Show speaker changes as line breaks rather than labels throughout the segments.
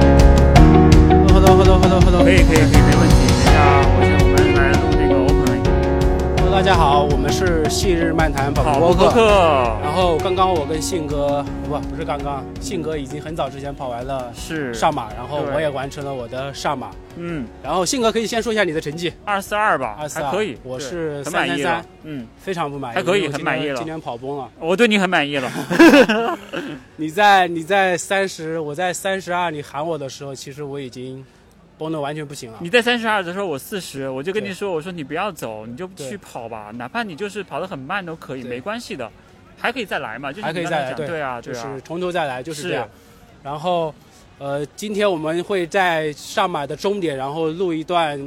好的，好的，好的，好的，好
可
的。
以可以可以，没问题。等一下，我先我们来录这个 open
Hello，大家好，我们是旭日漫谈宝
好
博
播
客。
客
然后刚刚我跟信哥，不，不是刚刚，信哥已经很早之前跑完了
是
上马，然后
对
我也完成了我的上马。
嗯
然后信哥可以先说一下你的成绩，
二四二吧，
242
还可以，
我
对
是
很满意了
333，
嗯，
非常不满意，
还可以
因为我
很
今天
满意了
今年跑崩了，
我对你很满意了，
你在你在三十，我在三十二，你喊我的时候，其实我已经崩的完全不行了。
你在三十二的时候，我四十，我就跟你
对
说，我说你不要走，你就
对
去跑吧，哪怕你就是跑得很慢都可以，
对
没关系的，还可以再来嘛，就是
还可以
你刚才
再来
讲
对
对啊，
就
对啊
是，从头再来，就是
是
这样。然后，呃，今天我们会在上马的终点，然后录一段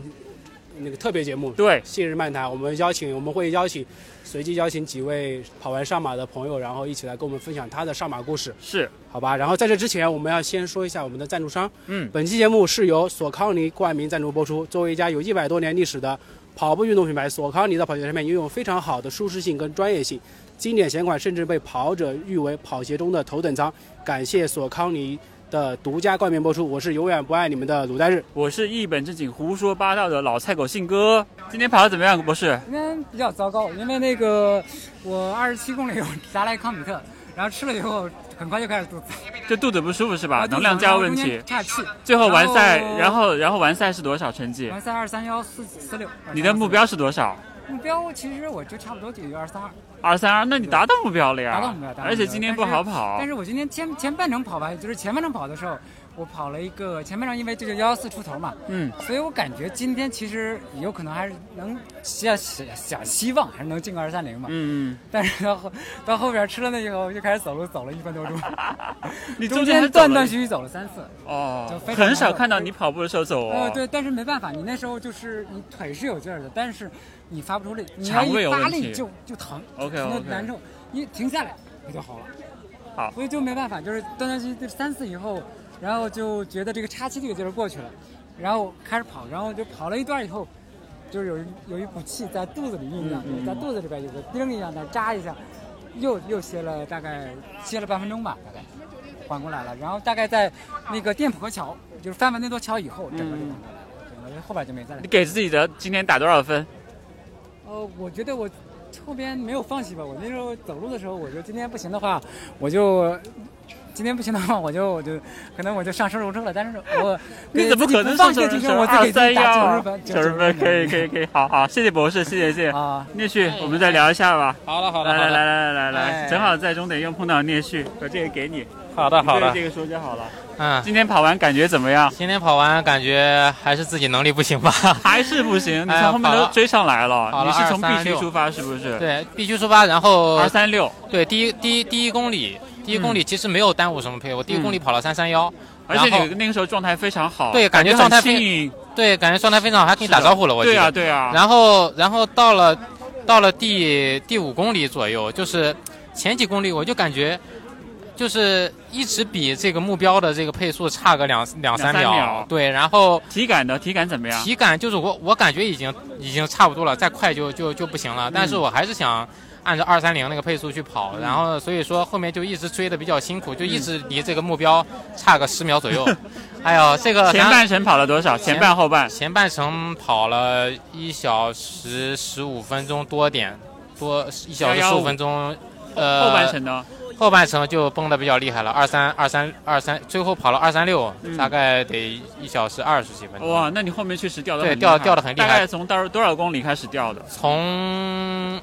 那个特别节目《
对，
信日漫谈》。我们邀请，我们会邀请，随机邀请几位跑完上马的朋友，然后一起来跟我们分享他的上马故事，
是，
好吧？然后在这之前，我们要先说一下我们的赞助商。
嗯，
本期节目是由索康尼冠名赞助播出。作为一家有一百多年历史的跑步运动品牌，索康尼的跑鞋产品拥有非常好的舒适性跟专业性，经典鞋款甚至被跑者誉为跑鞋中的头等舱。感谢索康尼的独家冠名播出，我是永远不爱你们的鲁代日。
我是一本正经胡说八道的老菜狗信哥，今天跑得怎么样，博士？
今天比较糟糕，因为那个我二十七公 里我拿来康比特，然后吃了以后很快就开始肚子，
就肚子不舒服是
然
吧？
后肚
能
子
量加
然后
问
中
题
间。岔气，
最后完赛，然
然
后然后完赛是多少成绩？
完赛二三幺四四六。
你的目标是多少？
目标其实我就差不多就有二三二，
二三二，那你达到目标了呀！
达到目标达到目标
而且今天不好跑
但，是我今天前前半程跑完，就是前半程跑的时候，我跑了一个前半程，因为这个幺幺四出头嘛，
嗯，
所以我感觉今天其实有可能还是能小小小希望还是能进个二三零嘛，
嗯，
但是到后到后边吃了那以后，就开始走路，走了一分多钟，
你
中
中间还
间
走了
断断续续走了三次。
哦
就，非常
很少看到你跑步的时候走哦
呃，。对，但是没办法，你那时候就是你腿是有劲儿的，但是你发不出力，你要
肠胃
一
有
发
问题
力就就疼
OK，OK
就难受，你停下来它就好了。
好
所以就没办法，就是断断续续这三次以后，然后就觉得这个叉七这个劲儿过去了，然后开始跑，然后就跑了一段以后，就是有一有一股气在肚子里酝酿，
嗯嗯嗯
在肚子里边有个钉一样的扎一下，又又歇了大概歇了半分钟吧，大概缓过来了，然后大概在那个店浦河桥，就是翻完那座桥以后，整个就缓过来了，整个就后边就没再来
你。给自己的今天打多少分？
呃，我觉得我后边没有放弃吧。我那时候走路的时候，我觉得今天不行的话，我就今天不行的话，我就我就可能我就上收容车了。但是我
你怎么可能
放
上手
弃
人
竞争？我自
二
己自
啊三
己打
幺
九十分，
九十分？可以可以可以，好好，谢谢博士，谢谢谢谢。
啊。
聂旭，
哎
我们再聊一下吧。
好了好
来来来来来来，
哎
正好在终点又碰到聂旭，把这个给你，
好的，好
你对着
的，
这个说就好了。
嗯，
今天跑完感觉怎么样？
今天跑完感觉还是自己能力不行吧？
还是不行， 你
哎
从后
呀
面都
跑了
追上来了，
跑了
你是从必须
236
出发是不是？
对，必须出发，然后
二三六，嗯
对第一第一第一公里，第一公里其实没有耽误什么配，我第一公里跑了三三幺，
而
然后
且你那个时候状态非常好，
对
感
感觉状态
很
非
幸运
对，感觉状态非常好，还跟你
是的
打招呼了，我记
对啊
得。
对啊，
然后然后到了到了第第五公里左右，就是前几公里我就感觉。就是一直比这个目标的这个配速差个两两
两
三
三
秒，
秒
对，然后
体感的体感怎么样？
体感就是我我感觉已经已经差不多了，再快就就就不行了。但
嗯
是我还是想按照二三零那个配速去跑，然后所以说后面就一直追的比较辛苦，就
嗯
一直离这个目标差个十秒 左右。哎呦，这个
前
咱
半程跑了多少？前半后半
前半程跑了一小时十五分钟多点，多一小时十
115
五分钟。呃，
后半程呢？
后半程就崩的比较厉害了，二三二三二三，最后跑了二三六
嗯，
大概得一小时二十几分钟。
哇，那你后面确实掉的
对
很厉
掉
害
掉得很厉害
大概从多少多少公里开始掉的？
从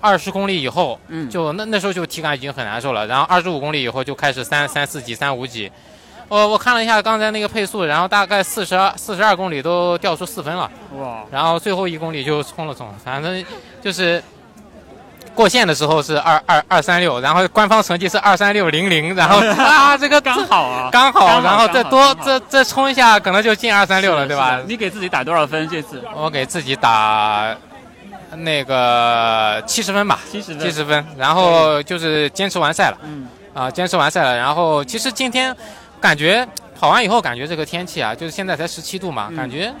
二十公里以后，
嗯
就那那时候就体感已经很难受了，然后二十五公里以后就开始三三四级、三五级。我我看了一下刚才那个配速，然后大概四十二、四十二公里都掉出四分了，
哇，
然后最后一公里就冲了冲，反正就是过线的时候是二二二三六，然后官方成绩是二三六零零，然 后啊这个
刚好啊，
刚好，
刚好
然后再
刚好
多
刚好
再再冲一下，可能就进二三六了，
是的
对吧
是的？你给自己打多少分？这次
我给自己打那个七十分吧，
七十分，
七，十分，然后就是坚持完赛了
嗯，
啊、坚持完赛了。然后其实今天感觉跑完以后，感觉这个天气啊，就是现在才十七度嘛，
嗯
感觉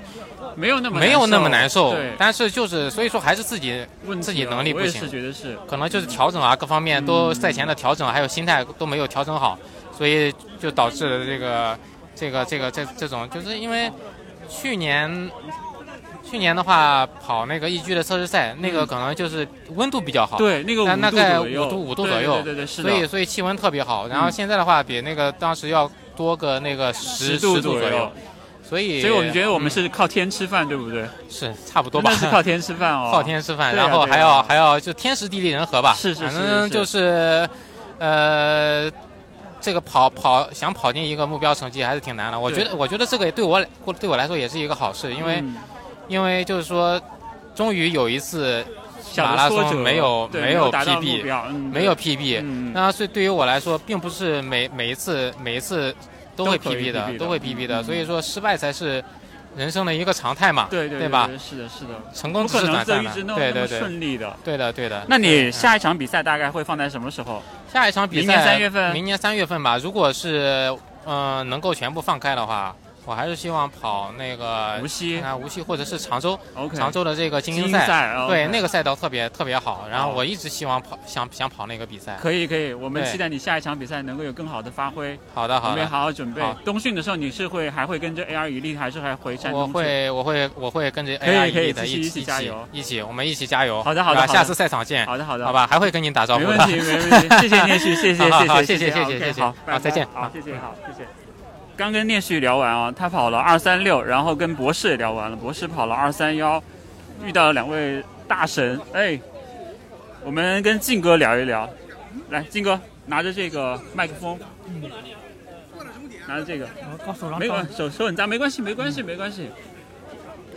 没有那么
没有那么难受
对，，
但是就是所以说还是自己
问题
自己
啊
能力
我
不
也
行
是觉得是，
可能就是调整啊，各方面都赛前的调整，还有心态都没有调整好，所以就导致了这个这个这个这这种，就是因为去年去年的话跑那个易居的测试赛，那个可能就是温度比较好，，
嗯对那个
但
五
大
度
概
左右
五度五度
对
左右
对对对，是的嗯
所以所以气温特别好。然后现在的话，比那个当时要多个那个十
十
度
左
左右，，所以
所以我们觉得我们
嗯
是靠天吃饭，对不对？
是差不多吧
那，是靠天吃饭哦，
靠天吃饭，
对啊
然后
对啊
还要、还要就天时地利人和吧，
是是是
反正
是
就是，呃，这个跑跑想跑进一个目标成绩还是挺难的。我觉
对
得我觉得这个也对我来对我来说也是一个好事，因为、
嗯
因为就是说，终于有一次
小的
马拉
挫
松
折
没有
对
没
没有达到目
PB，
标，嗯
没有 PB，、
嗯
那所以对于我来说，并不是每每一次每一次都会
都可以
PB 的
PB 的
都会 PB 的，
嗯
所以说失败才是人生的一个常态嘛，
对对
啊吧？？
是的，是的，
成
不
功只
可
是
能
短
在
暂
预
的，
知那
对
么那
对
么
对。
顺利的。
对的，对的。
那你
对
下一场比赛大概会放在什么时候？
嗯下一场比
明
赛，
年三月份
明年三月份吧。如果是嗯、呃能够全部放开的话，我还是希望跑那个
无锡
啊无锡或者是常州，
，OK，
常州的这个精
精
英
英
赛。
赛，哦
对，
，OK
那个赛道特别特别好，然后
哦
我一直希望跑，想想跑那个比赛。
可以可以，我们
对
期待你下一场比赛能够有更好的发挥，
好的，
我
好
们也
的，
好好准备
好。
冬训的时候你是会还会跟着 AR 一力，还是还回山
我
东去？
会，我会，我会跟着
可以
AI
可以
的
继
一
续一
起
起加油
一起，我们一起加油。
好的好的
对吧
好的
下次赛场见，
好的好的，
好，吧？还会跟您打招呼
没
的。
问题没问题，谢谢聂旭，谢谢
好好好
谢
谢
谢
谢谢谢
OK，
谢谢
好，
好
拜拜
再见
好
好
谢谢好谢谢。刚跟聂旭聊完啊、他跑了二三六，然后跟博士也聊完了，博士跑了二三幺，遇到了两位大神，哎，我们跟靖哥聊一聊，来，靖哥拿着这个麦克风，
嗯
拿着这个，
我告诉我
没有手手很脏，没关系没关系没关系，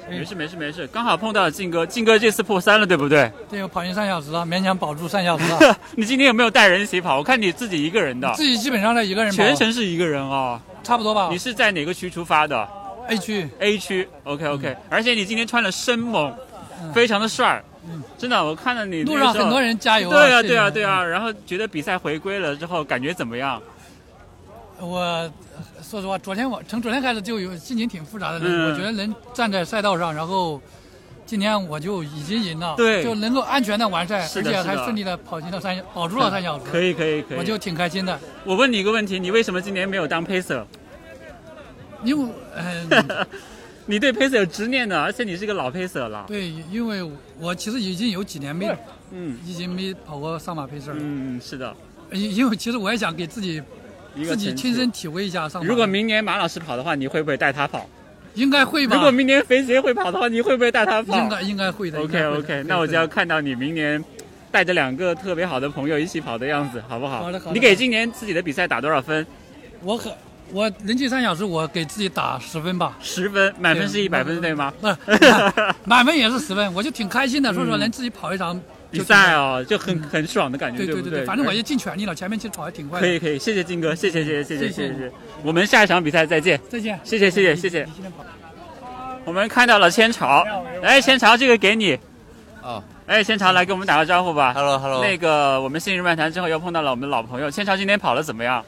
没事没事没事，刚好碰到了靖哥，靖哥这次破三了，对不对？
这个跑进三小时了，勉强保住三小时了。
你今天有没有带人一起跑？我看你自己一个人的，
自己基本上在一个人跑，
全程是一个人哦。
差不多吧
你。是在哪个区出发的
A 区
？A 区，OK OK、而且你今天穿的生猛，
嗯
非常的帅，真的，我看到你那
路
个
上
时候
很多人加油
对
啊，
啊
谢谢
对啊对啊。然后觉得比赛回归了之后感觉怎么样？
我说实话，昨天我从昨天开始就有心情挺复杂的。
嗯
我觉得能站在赛道上，然后今天我就已经赢了，
对
就能够安全的完赛，
是
而
的嗯
且还
是的
顺利的跑进了三，保住了三小时，
可以可以可以。
我就挺开心的。
我问你一个问题，你为什么今年没有当 pacer？
因为嗯，
你对 pacer 有执念的，而且你是个老 pacer 了。
对，因为我其实已经有几年没
嗯
已经没跑过上马配色了，
嗯，是的，
因因为其实我也想给自己
一个
自己
成绩
亲身。体会一下上马。
如果明年马老师跑的话，你会不会带他跑？
应该会吧？
如果明年肥杰会跑的话，你会不会带他跑？
应该应该会的。应
OK
该会的
OK，
对
那我就要
对
看到你明年带着两个特别好的朋友一起跑的样子，好不好？
好的好的
你给今年自己的比赛打多少分？
我可我人气三小时，我给自己打十分吧。
十分，满分是一百分，对吗？ 嗯
不是，满分也是十分，我就挺开心的。说实话，能自己跑一场
比
就嗯
赛哦，就很很爽的感觉，
对
不
对对，反正我也尽全力了。前面其实跑得挺快
可
的。
以可以，谢谢金哥，谢谢谢谢谢谢
谢谢
谢谢，我们下一场比赛再见。
再见，
谢谢谢谢
你
谢谢
你今天跑
我们看到了千潮，哎，千潮这个给你，
哦
哎，千潮来给我们打个招呼吧。
，Hello Hello，
那个，我们信日漫谈之后又碰到了我们的老朋友千潮，今天跑的怎么样？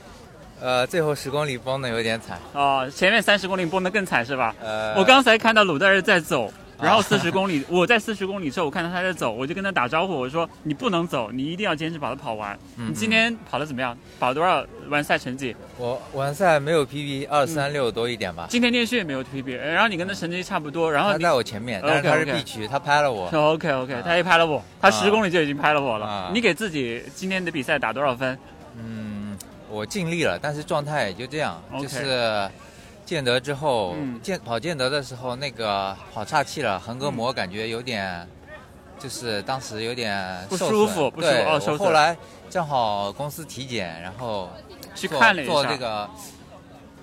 呃，最后十公里崩的有点惨，
哦，前面三十公里崩的更惨是吧？
呃，
我刚才看到鲁大人在走，然后
啊
四十公里， 我在四十公里之后，我看到他在走，我就跟他打招呼，我说你不能走，你一定要坚持把它跑完。
嗯
你
嗯
今天跑的怎么样？跑多少完赛成绩？
我完赛没有 PB，二三六多一点吧，
今天练训也没有 PB，呃然后你跟他成绩差不多，然后
他
你。
在我前面，
OK，
但是他是
OK
B 区，他拍了我，
OK OK，他一拍了我，他十公里就已经拍了我了
啊。
你给自己今天的比赛打多少分？
嗯，我尽力了，但是状态也就这样，
OK
就是。建德之后，
嗯
建跑建德的时候，那个跑岔气了，横膈
嗯
膜感觉有点，就是当时有点
不
受
舒
损
服不舒
对
服哦
我
受损
后来正好公司体检，然后
去
做
看了一
做这
下。
个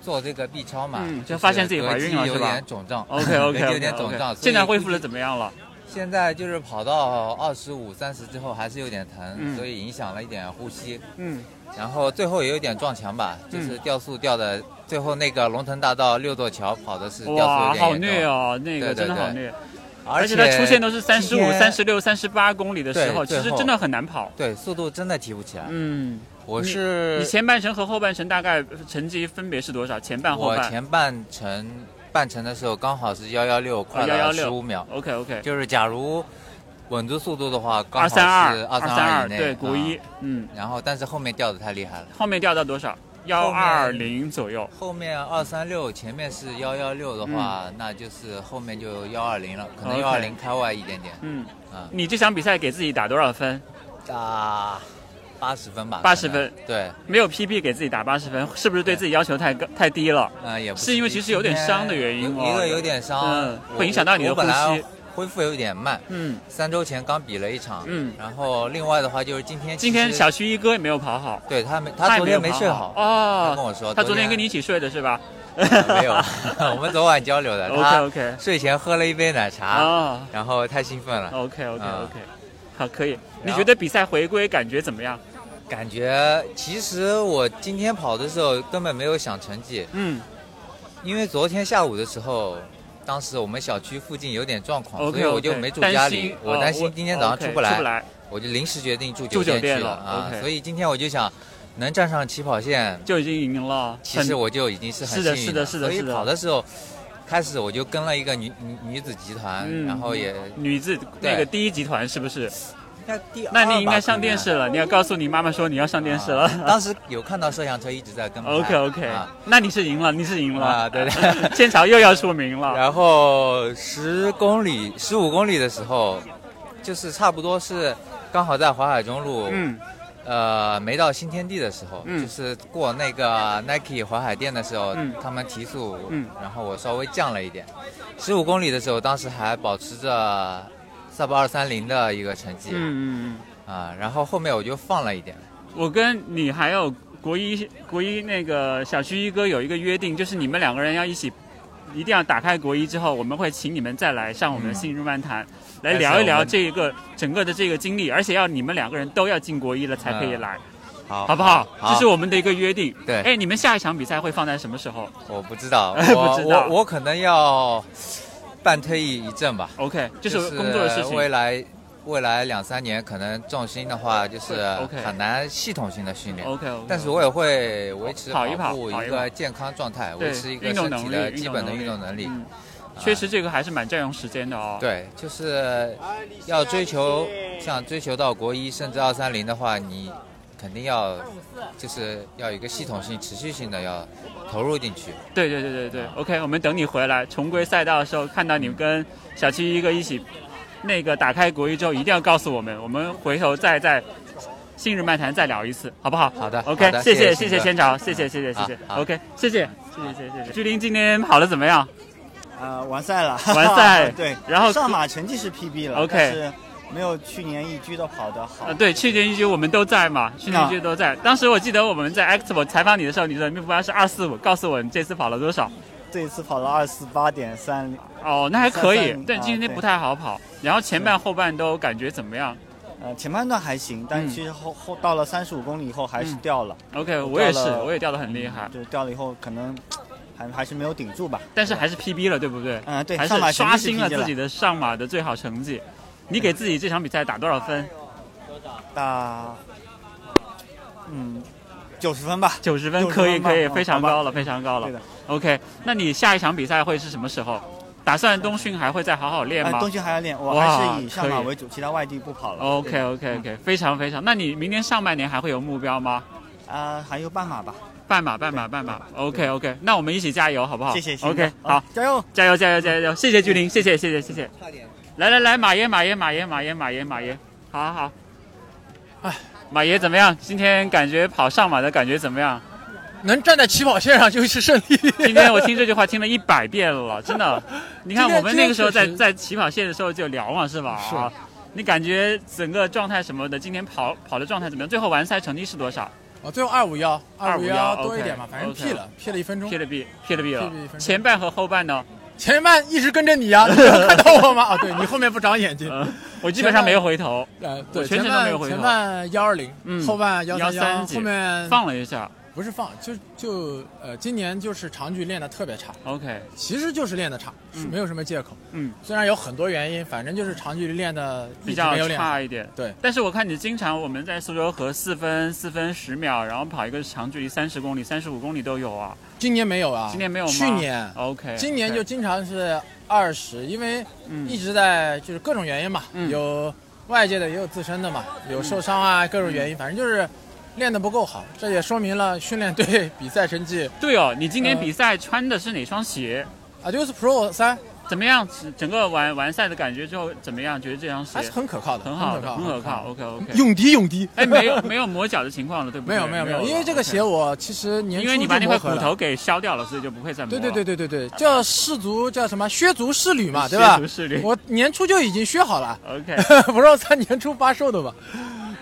做这个 B 超嘛，
嗯
就
就发现自己
是
怀孕了
膈肌
是
有
吧
点肿胀
OK
膈
OK
肌有点肿胀。
现在恢
会
复的怎么样了？
现在就是跑到二十五、三十之后还是有点疼，
嗯
所以影响了一点呼吸，
嗯，
然后最后也有点撞墙吧，就是掉速掉的，最后那个龙腾大道六座桥跑的是掉速有
哇，
点
好
严重
虐，哦，那个
对对
真的好
对
虐，
而
而且他出现都是三十
今
五、
天
三十六、三十八公里的时
对
候，其
最
实
后
真的很难跑。
对，速度真的提不起来。
嗯，
我是
你前半程和后半程大概成绩分别是多少？前半后
我
半
前半程。半程的时候刚好是幺幺六，快
哦
了十五
116
秒。
OK OK，
就是假如稳住速度的话，刚好
二
是
三二
二
三
二以内。
对国一
啊，
嗯，
然后但是后面掉的太厉害了，
后面掉到多少？幺二零左右。
后面二三六，前面是幺幺六的话，那就是后面就幺二零了，可能
嗯 OK
幺二零开外一点点
嗯，
啊，
你这场比赛给自己打多少分？
打八十分吧，
80
可能
分，
对，
没有 PB 给自己打八十分，是不是对自己要求太高太低了？
啊，也不
是因为其实有点伤的原因
有
哦
一个有点伤，
嗯
我
会影响到你的
我本
呼
来
吸
恢复有点慢，
嗯，
三周前刚比了一场，
嗯
然后另外的话就是今天其
今
实，
天小徐一哥也没有跑好，
对他没
也
他昨天没
跑
睡好，
哦。
他跟我说
他昨天
昨天啊
跟你一起睡的是吧？
没有，我们昨晚交流 的，他
OK，OK
睡前喝了一杯奶茶，
哦
然后太兴奋了，
，OK OK
嗯
OK，好，可以。你
然后
觉得比赛回归感觉怎么样？
感觉其实我今天跑的时候根本没有想成绩，
嗯
因为昨天下午的时候，当时我们小区附近有点状况
，OK，
所以我就没住家里，我担
哦
心今天早上出
不
不来，
来。
我就临时决定住
住酒
酒
店
去
了
啊。
OK
所以今天我就想，能站上起跑线，
就已经赢了。
其实
很
我就已经是很
是的
幸运
是的是的
所以
是的
跑的时候，开始我就跟了一个女女女子集团，
嗯
然后也
女字
对
那个第一集团是不是？
那第
那
二吧
你应该上电视了，你要告诉你妈妈说你要上
可能
电视
啊
了。
当时有看到摄像车一直在跟拍
OK OK，、
啊
那你是赢了，你是赢了。
啊 对对
现场又要出名了。
然后十公里、十五公里的时候，就是差不多是刚好在淮海中路，
嗯，
呃，没到新天地的时候，
嗯
就是过那个 Nike 淮海店的时候，
嗯
他们提速，
嗯
然后我稍微降了一点，十五公里的时候，当时还保持着 sub 二三零的一个成绩，
嗯嗯嗯，
啊，然后后面我就放了一点，
我跟你还有国一国一那个小区一哥有一个约定，就是你们两个人要一起，一定要打开国一之后，我们会请你们再来上我们
嗯
的信日漫谈，来
而且
聊
我
一聊
们
这个整个的这个经历，而且要你们两个人都要进国一了才可以
嗯
来，
好，
好不好？
好，
这是我们的一个约定。
对
哎，你们下一场比赛会放在什么时候
我不知道，
不
我
知道
我我可能要半退役一阵吧，
？OK，这是
就是
工作的事情。
未来未来两三年可能重心的话，就是
会，OK
很难系统性的训练。
OK，, o k
但是我也会维持
跑一跑
步
跑一
一
跑
个健康状态，维持一个
运动
身
能
体
力
的基本的运动能力。
嗯
啊
确实，这个还是蛮占用时间的哦。，
对，就是要追求像追求到国一甚至二三零的话，你肯定要就是要有一个系统性、持续性的要投入进去。
对对对对对。OK，我们等你回来重归赛道的时候，看到
嗯
你跟小七一个一起那个打开国一之后，一定要告诉我们，我们回头再在信日漫谈再聊一次，好不好？
好的好
OK，
的
谢
谢谢
谢
信
谢
哥
仙潮，谢谢谢谢谢
好
谢
好
，OK，谢谢谢谢谢谢谢谢。巨灵今天跑的怎么样？
呃，完赛了，
完赛
对，
然后
上马成绩是 PB 了
OK
但是没有去年一居的跑得好
啊，。对，去年一局我们都在嘛，去年一
嗯
局都在。当时我记得我们在 Expo 采访你的时候，你的目标是二四五，告诉我你这次跑了多少。
这一次跑了二四八点三零，
哦，那还可以
330，
但
啊
今天
对
不太好跑。然后前半后半都感觉怎么样
呃，前半段还行，但
嗯
其实后后到了三十五公里以后还是
嗯
掉了，
？OK，
我
我也是
掉，了
我也掉得很厉害，
就是掉了以后可能还还是没有顶住吧。
但是还是 PB 了，对不对？
嗯对
还
上马
是
成绩
刷新了
是 PB 了
自己的上马的最好成绩。你给自己这场比赛打多少分？
大，嗯，九十分吧。
九十分，
90
可以，
分吧
可以，
嗯
非常
好吧
高了，非常高了
对的。
OK，那你下一场比赛会是什么时候？打算冬训还会再好好练
哎
吗，
东区还要练，我
哇
还是以上马
可以
为主，其他外地不跑了。嗯
？OK
对
OK OK，非常非常。那你明年上半年还会有目标吗？
啊，还有半马吧，
半马，半马，半马。OK OK，那我们一起加油，好不好？
谢谢辛哥。
OK，好，
加油！
加油，加油，加油！加油！谢谢巨灵，谢谢，谢谢，谢谢。来来来，马爷，马爷，马爷，马爷，马爷，马爷，好好好。哎，马爷怎么样？今天感觉跑上马的感觉怎么样？
能站在起跑线上就是胜利。
今天我听这句话听了一百遍了，真 的。你看
今天
我们那个时候在
今天确实
在起跑线的时候就聊嘛，是吧？
是
啊。你感觉整个状态什么的，今天跑跑的状态怎么样？最后完赛成绩是多少？
我哦最后二五幺，五
251
多一点嘛，
OK，
反正
OK
P 了，P 了一分钟
P。了 B P 了 B 了
P 了一分，钟
前半和后半呢？
前半一直跟着你呀，你没有看到我 吗？啊，对你后面不长眼睛。
嗯，我基本上没有回头，
呃，
我
对，
全
前
程都没有回
半
头
前半幺二零
嗯，
后半幺三
130
后面
放了一下。
不是放，就就呃，今年就是长距练的特别差，
？OK，
其实就是练的差，是没有什么借口。
哦嗯，
虽然有很多原因，反正就是长距离练的
比较
没有练好。
差一点。
对，
但是我看你经常我们在苏州河四分四分十秒，然后跑一个长距离三十公里、三十五公里都有啊。
今年没有啊，
今年没有吗？
去年，
OK，
今年就经常是二十，因为一
嗯
直在就是各种原因嘛，
嗯
有外界的也有自身的嘛，有受伤啊，各种
嗯
原因，反正就是练的不够好，这也说明了训练对比赛成绩
对哦，你今年
呃
比赛穿的是哪双鞋？
啊，就是 Pro 三
怎么样？整整个完完赛的感觉之后怎么样？觉得这双
还是
鞋
很可靠的，
很好
可
的，
靠，
很可靠。。OK OK。
永迪，永迪，
哎，没有没有磨脚的情况了，对不
没
对？
有没有没有，
了
因为这个
OK
鞋我其实年初
因为你把
就
那块
磨合
骨
了
头给削掉了，所以就不会再磨
对
了。啊
对对对对对，叫氏族叫什么削足适履嘛，
是
对吧
是？是是
我年初就已经削好了
OK，
，Pro 三年初发售的嘛，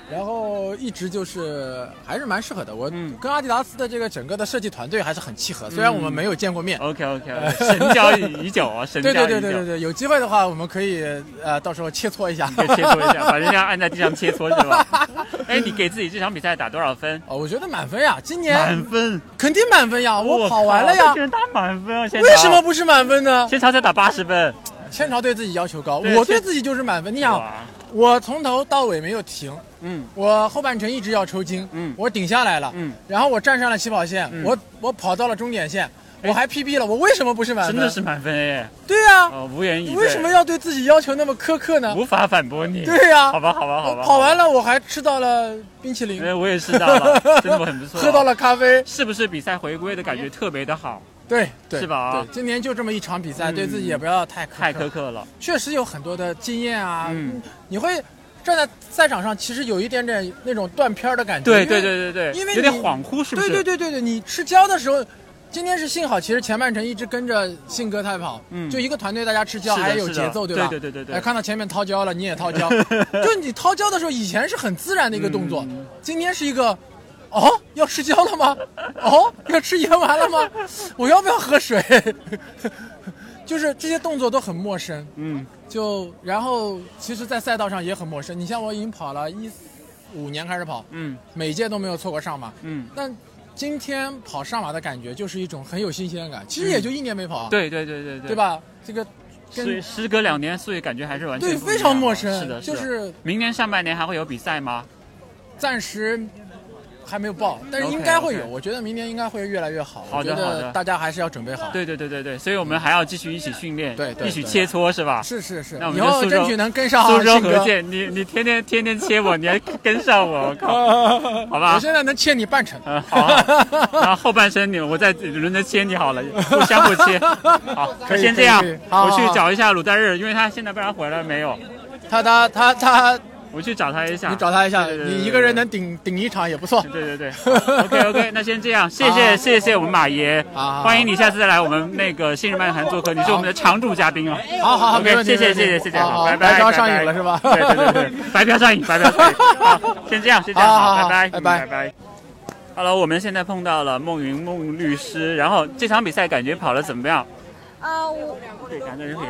然后一直就是还是蛮适合的。我
嗯
跟阿迪达斯的这个整个的设计团队还是很契合，虽然我们没有见过面。
OK OK，神交已久啊，神交
对
已久。
对对对对对，有机会的话我们可以呃到时候切磋一下。
可以切磋一下，把人家按在地上切磋是吧？ 哎，你给自己这场比赛打多少分？
哦，我觉得满分呀，今年
满分，
肯定满分呀，我跑完了
我靠
呀
居，然打满分啊！现在
为什么不是满分呢？
现场才打八十分？
千朝对自己要求高，
对
我
千
对自己就是满分。你想，
哇，
我从头到尾没有停，
嗯
我后半程一直要抽筋，
嗯
我顶下来了，
嗯，
然后我站上了起跑线，
嗯
我我跑到了终点线，
哎
我还 PB 了，我为什么不是满分？
真的是满分哎！
对呀、
哦，无言以
你
对。
为什么要对自己要求那么苛刻呢？
无法反驳你？
对啊呀、
好吧，好吧，好吧。
我跑完
了，
了我还吃到了冰淇淋，
哎，我也吃到 了，真的很不错。
喝到，了咖啡，
是不是比赛回归的感觉特别的好？
对对
是吧
对，今年就这么一场比
嗯
赛，哎对自己也不要太苛刻，
太苛刻了。
确实有很多的经验啊，
嗯
你会站在赛场上，其实有一点点那种断片儿的感觉，
对
因
对
为
对对对，
因为
有点
你
恍惚，是不是？
对对对对对，你吃胶的时候，今天是幸好，其实前半程一直跟着信哥他跑，
嗯
就一个团队大家吃胶
是的，
还有
是
节
的
奏，
对
吧？
对对对对，
哎，看到前面掏胶了，你也掏胶， 就你掏胶的时候，以前是很自然的一个动作，
嗯
今天是一个，哦，要吃胶了吗？哦，要吃盐丸了吗？我要不要喝水？ 就是这些动作都很陌生，
嗯，
就然后其实，在赛道上也很陌生。你像我已经跑了一五年开始跑，
嗯
每届都没有错过上马，
嗯，
但今天跑上马的感觉就是一种很有新鲜感。其实也就一年没跑啊，
嗯对对对对对，
对？吧？这个跟
所以时隔两年，所以感觉还是完全
对
不一
非
样
常陌
的
生，
是的，
就
的
是
明年上半年还会有比赛吗？
暂时还没有报，但是
OK，
应该会有。
OK
我觉得明年应该会越来越好。
好的
我觉
好的
得大家还是要准备好。，
对对对对对，所以我们还要继续一起训练，
对对
一起
对
切磋是吧？
是是是
那我，们
以
就
后
苏州
争取能跟上
苏州
信
河
哥。
见，你你天天天天切我，你还跟上我，我靠， 好吧
我？现在能欠你半程。
嗯， 好 好，那后半生你我再轮着切你好了，互相互 切。好，
可
那
以
先
可
这
以
样
可以，好
我去
好好
找一下鲁代日，因为他现在不知道回来没有，
他他他他，
我去找他一下。
你找他一下，
对对对对
你一个人能顶顶一场也不错。
对对对 ，OK OK，那先这样，谢谢
好
谢谢我们马爷，
好好
欢迎你下次再来我们那个新人漫谈做客，你是我们的常驻嘉宾啊。
好好好，没
OK，
问题
谢谢
没问题
谢谢谢谢，
好好
拜拜。
白嫖
拜
上
拜
瘾了是吧？
对对对对，白嫖上瘾，白嫖上瘾。好，先这样，先这样，
好好好
拜拜，
拜
嗯拜
拜
拜。Hello，我们现在碰到了孟云孟律师，然后这场比赛感觉跑的怎么样？
啊，我
对，感觉人品。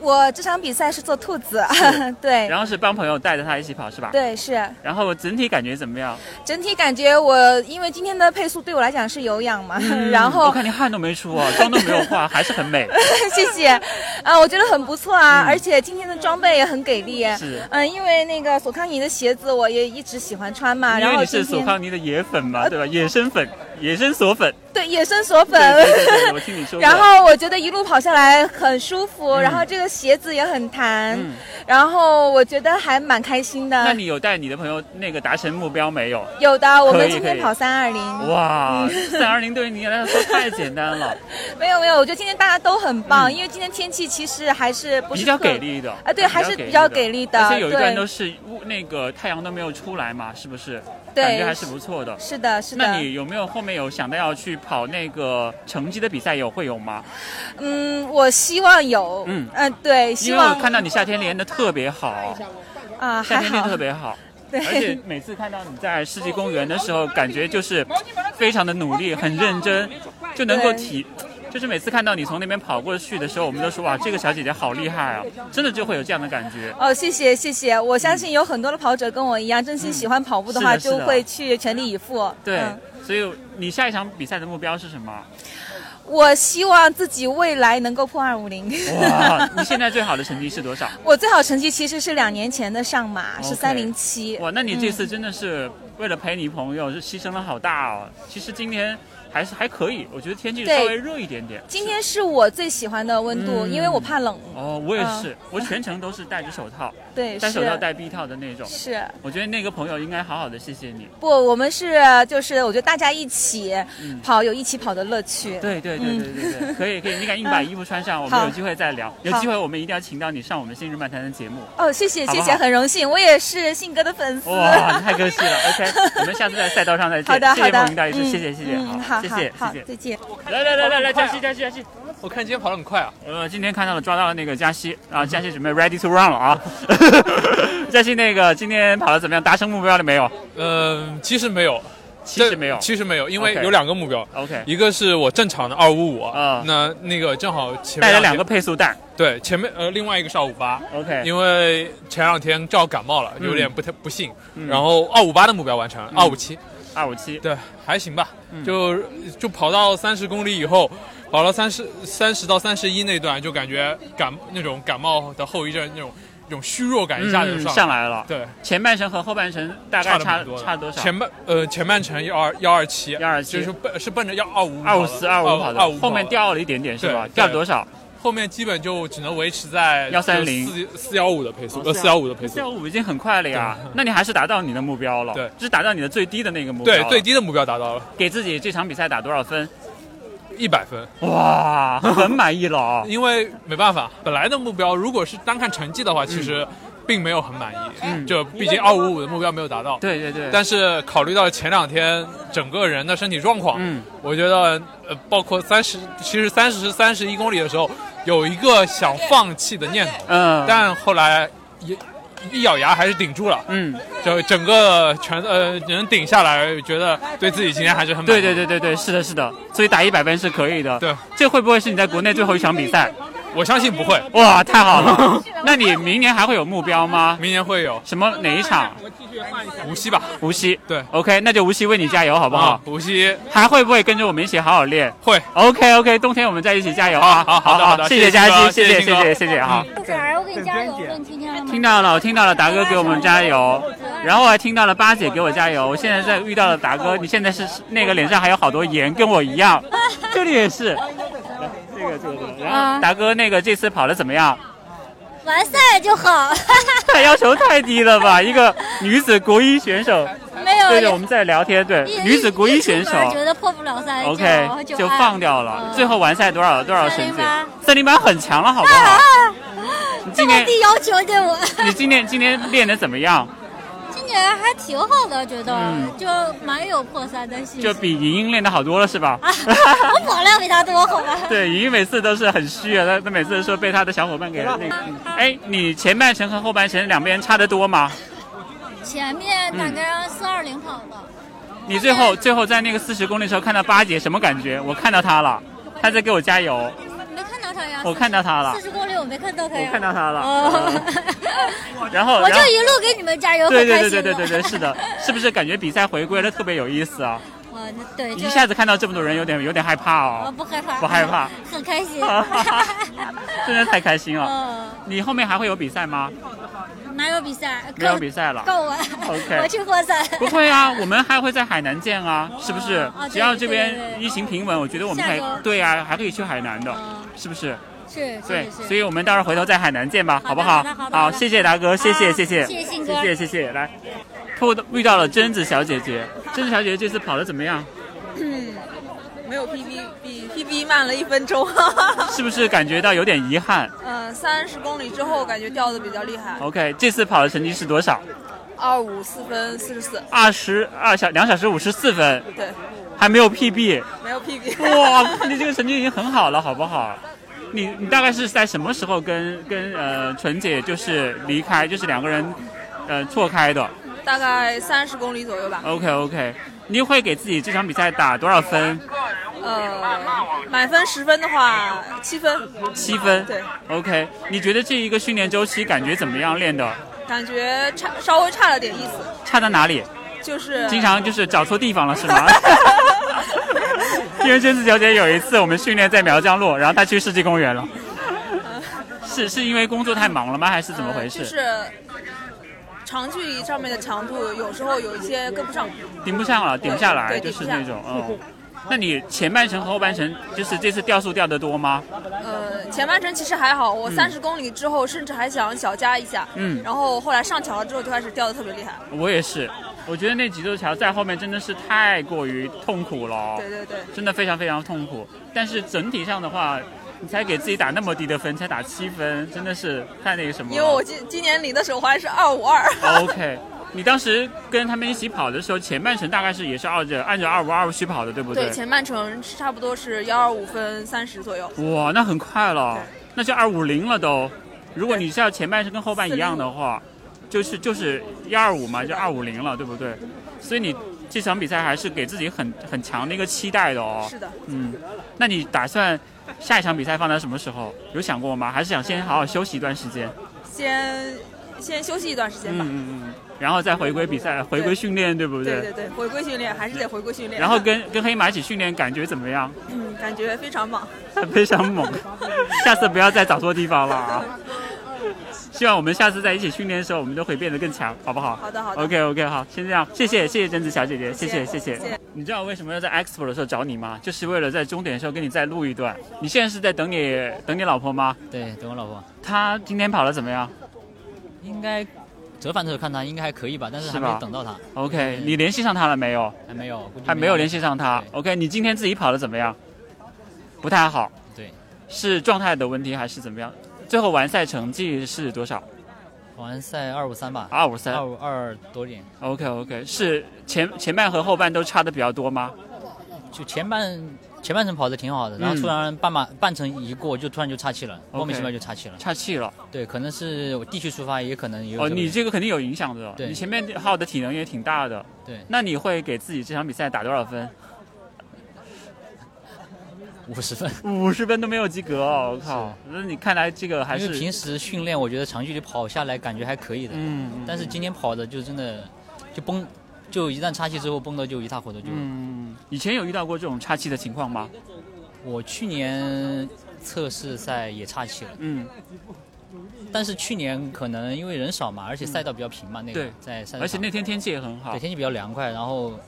我这场比赛是做兔子， 对
然后是帮朋友带着他一起跑是吧？。
对是，
然后整体感觉怎么样？
整体感觉我因为今天的配速对我来讲是有氧嘛， 然
嗯我
后
看你汗都没出啊，妆都没有化，还是很美。
谢谢，啊，我觉得很不错啊，而且今天的装备也很给力，
嗯是
嗯，因为那个索康尼的鞋子我也一直喜欢穿嘛，
因
然
为
后
你是
今
索
天呃
康尼的野粉嘛，对吧？野生粉，野生索粉。
对野生索粉
对。对对对，我听你说过。
然后我觉得一路跑下来很舒服，
嗯
然后这个鞋子也很弹，
嗯
然后我觉得还蛮开心
那
的。
你有带你的朋友那个达成目标没有？
有的，我
可
们
以
今
可
天
以
跑三嗯二零，
哇，三二零对于你来说太简单了，
没有没有，我觉得今天大家都很棒，
嗯
因为今天天气其实还是 不是
比较
特
给。力的
啊对还是比较给力的
而且有一段
对
都是雾那个太阳都没有出来嘛，是不是？
对
感觉还是不错的。
是的，是
那
的。
你有没有后面有想到要去跑那个成绩的比赛有会有吗？
嗯，我希望有。
嗯
嗯对，希
因为我
望
看到你夏天练得特别好，
啊，
夏
还
天练
好
特。别好。而且
对，
每次看到你在世纪公园的时候，感觉就是非常的努力，很认真，就能够体就是每次看到你从那边跑过去的时候，我们都说哇，这个小姐姐好厉害啊，真的就会有这样的感觉。
哦，谢谢谢谢，我相信有很多的跑者跟我一样，真心喜欢跑步的话，
嗯是的是
就
的
会去全力以赴。
对，
嗯
所以你下一场比赛的目标是什 么？
我希望自己未来能够破二五零。
哇，你现在最好的成绩是多少？
我最好成绩其实是两年前的上马，是
OK
三零七。
哇，那你这次
嗯
真的是为了陪你朋友，是牺牲了好大哦。其实今天还是还可以，我觉得天气
对
稍微热一点点。
今天是我最喜欢的温度，
嗯
因为我怕冷。
哦，我也
嗯
是，我全程都是戴着手套，
对
戴
是
手套戴臂套的那种。
是
我觉得那个朋友应该好好的谢谢你。
不，我们是就是我觉得大家一起
嗯
跑有一起跑的乐趣。
对对对对对对，
嗯
可以可以，你赶紧把衣服穿上，我们
好
有机会再聊。有机会我们一定要请到你上我们《今日漫谈》的节目。
哦，谢谢
好不
谢
好
谢，很荣幸，我也是信哥的粉丝。
哇，太客气了。OK，我们下次在赛道上再见。
好的
谢谢
好的，
彭云大医师，
嗯
谢谢谢谢，
嗯好
谢
好
谢
好
谢谢。
再见。
来来来来来，佳西佳西佳西，
我看今天跑得很快啊。
呃，今天看到了抓到了那个佳西，啊，佳西准备 ready to run 了啊。佳西，那个今天跑的怎么样？达成目标了没有？
嗯，其实没有，
其实没有
其实没有，因为
OK
有两个目标。
OK
一个是我正常的二五五啊，那那个正好前面
带了两个配速带。
对，前面呃，另外一个是二五八。
OK，
因为前两天正好感冒了，
嗯
有点不太不幸。
嗯
然后二五八的目标完成了，
嗯
二五七，
二五七，嗯
对，还行吧。就就跑到三十公里以后，跑到三十三十到三十一那段，就感觉感那种感冒的后遗症那种。那种虚弱感一下就
嗯
上
上来了
对，
前半程和后半程大概差差多少？
前半呃前半程幺二幺二七，幺二七就是奔是奔着幺二五哦
二五四二五跑的
二五，
后面掉了一点点是吧
对
掉了多少？
后面基本就只能维持在
130
四四幺五的配速，呃四幺
415
五的配速
四幺，五已经很快了呀
对。
那你还是达到你的目标了，
对，
就是达到你的最低的那个目标。
对最。低的目标达到了
给自己这场比赛打多少分？
一百分，。
哇，很满意了哦
因为没办法，本来的目标如果是单看成绩的话，其实并没有很满意，
嗯
就毕竟二五五的目标没有达到，
对对对。
但是考虑到前两天整个人的身体状况，
嗯，
我觉得呃，包括三十，其实三十三十一公里的时候，有一个想放弃的念头，
嗯
但后来一一咬牙还是顶住了，
嗯，
就整个全呃能顶下来，觉得对自己今天还是很满
对
意
对对对对，是的，是的，所以打一百分是可以的。
对，
这会不会是你在国内最后一场比赛？
我相信不会。
哇，太好 了！那你明年还会有目标吗？
明年会有
什么哪一场？
无锡吧，
无锡。
对
，OK，那就无锡为你加油，好不好
啊？无锡
还会不会跟着我们一起好好练？
会。
OK OK，冬天我们再一起加油啊！
好好的好的
谢
谢谢
佳
新哥
期，谢谢
谢谢
谢谢
新
谢
哥
谢啊！
子儿，我给你加油了，你听见了吗？
听到了，我听到了，达哥给我们加油，然后我还听到了八姐给我加油。我现在在遇到了达哥，你现在是那个脸上还有好多盐，跟我一样，这里也是。这个这个这个，然后
啊
达哥那个这次跑的怎么样？
完事儿就好，
太要求太低了吧！一个女子国一选手，
没有
对对，我们在聊天， 对
一
女子国一选手
出门觉得破不了三
，OK
就
就放掉
嗯
了。最后完赛多少多少成绩
308？
三零八很强了，好
啊
不好？你
这
今
么
年
低哦要求对我，
你今年今年练的怎么样？
今年还挺好的，觉得、
嗯
就蛮有破三的信心。
就比莹莹练的好多了是吧？
我跑量比他多，好吧？
对，莹莹每次都是很虚啊，她她每次都说被她的小伙伴给那个。哎，你前半程和后半程两边差得多吗？
前面大概四二零跑
嗯
的，
你最后最后在那个四十公里的时候看到八姐什么感觉？我看到她了，她在给我加油，
没看到他呀。
我看到她了
四，十公里我没看到他呀。
我看到她了。嗯
哦，
然后
我
然
就
后
一路给你们加油，
对
很开
对对
心
对对
了
对对，是的，是不是感觉比赛回归了特别有意思啊？
我对，就
一下子看到这么多人，有点有点害怕
我
哦，
不害怕，
不害怕，
很开心。
真的太开心了。
嗯，
你后面还会有比赛吗？
哪有比赛？
没有比赛了。
够了。
OK
我去扩散。
不会啊，我们还会在海南见啊，是不是？
啊
只要
对
这
对
边疫情平稳，我觉得我们还
下周
对啊，还可以去海南的，是不是？
是，
对，
是
所以我们到时候回头在海南见吧，好不好
好的好的好？的
好，谢谢达哥，谢谢
啊
谢谢
谢谢信哥
谢谢谢谢，来，碰到遇到了贞子小姐姐，贞子小姐姐这次跑的怎么样？
嗯， 没有 PB，比 PB 慢了一 分钟。
是不是感觉到有点遗憾
呃
嗯，三十公里之后感觉掉的比较厉害，
？OK，这次跑的成绩是多少？
二五四分四十四。
二十二小两小时五十四分，
对，
还没有 PB。
没有 PB。
哇，你这个成绩已经很好了，好不好？你你大概是在什么时候跟跟呃纯姐就是离开，就是两个人呃错开的
大概三十公里左右吧。
？OK OK，你会给自己这场比赛打多少分？
呃，满分十分的话，七分，
七分，
对，
，OK。你觉得这一个训练周期感觉怎么样？练的
感觉差稍微差了点意思，
差在哪里？
就是
经常就是找错地方了是 吗？因为娟子小姐有一次我们训练在苗江路，然后她去世纪公园了，是是因为工作太忙了吗？还是怎么回事？
呃就是长距离上面的强度，有时候有一些跟不上。
顶不上了，啊顶不下来，
对
就
顶
是
不
那
下
种嗯。那你前半程和后半程，就是这次掉速掉的多吗？
呃，前半程其实还好，我
嗯
三十公里之后甚至还想小加一下，
嗯
然后后来上桥了之后就开始掉的特别厉害。
我也是，我觉得那几座桥在后面真的是太过于痛苦了，
对对对，
真的非常非常痛苦。但是整体上的话，你才给自己打那么低的分，才打七分，真的是太那个什么了。
因为我今今年领的手环是二五二，
哦 OK，你当时跟他们一起跑的时候，前半程大概是也是按着按着二五二五去跑的，对不
对，前半程差不多是幺二五分三十左右，
哇，那很快了，那就二五零了都。如果你是要前半程跟后半一样的话，就是就是幺二五嘛，就二五零了，对不对？所以你这场比赛还是给自己很很强的一个期待的哦。
是的，
嗯，那你打算下一场比赛放在什么时候？有想过吗？还是想先好好休息一段时间？
先先休息一段时间
嗯
吧。
嗯嗯，然后再回归比赛，回归训练，对不
对对对，回归训练还是得回归训练。
然后跟跟黑马一起训练，感觉怎么样？
嗯，感觉非 常棒。
非常 猛， 下次不要再找错地方了啊！希望我们下次在一起训练的时候，我们都会变得更强，好不好？
好的好的
OK OK，好，先这样，谢谢谢谢贞子小姐姐，谢谢谢
谢谢
谢
谢谢。
你知道为什么要在 Expo 的时候找你吗？就是为了在终点的时候跟你再录一段。你现在是在等你等你老婆吗？
对，等我老婆。
她今天跑的怎么样？
应该折返的时候看她应该还可以吧，但是还
是吧
没等到她。
OK，你联系上她了没有？
还没有，估计
还没有联系上她。OK，你今天自己跑的怎么样？不太好，
对，
是状态的问题还是怎么样？最后完赛成绩是多少？
完赛二五三吧，
二五三
二五二多点，
OK OK，是前前半和后半都差的比较多吗？
就前半前半程跑的挺好的，
嗯
然后突然半马半程一过，就突然就岔气了，
OK
莫名其妙就岔气了。
岔气了，
对，可能是我地区出发，也可能也有
哦，
这个
你
原因
这个肯定有影响的。哦
对
你前面耗的体能也挺大的。
对
那你会给自己这场比赛打多少分？
五十分，
五十分都没有及格哦！我靠，那你看来这个还
因为平
是
时训练，我觉得长距离跑下来感觉还可以的，
嗯嗯
但是今天跑的就真的就崩，就一旦岔气之后崩的就一塌糊涂，就、
嗯，以前有遇到过这种岔气的情况吗？
我去年测试赛也岔气了，
嗯，
但是去年可能因为人少嘛，而且赛道比较平嘛，那个
对
在赛道，
嗯而且那天天气也很好
对，天气比较凉快，然后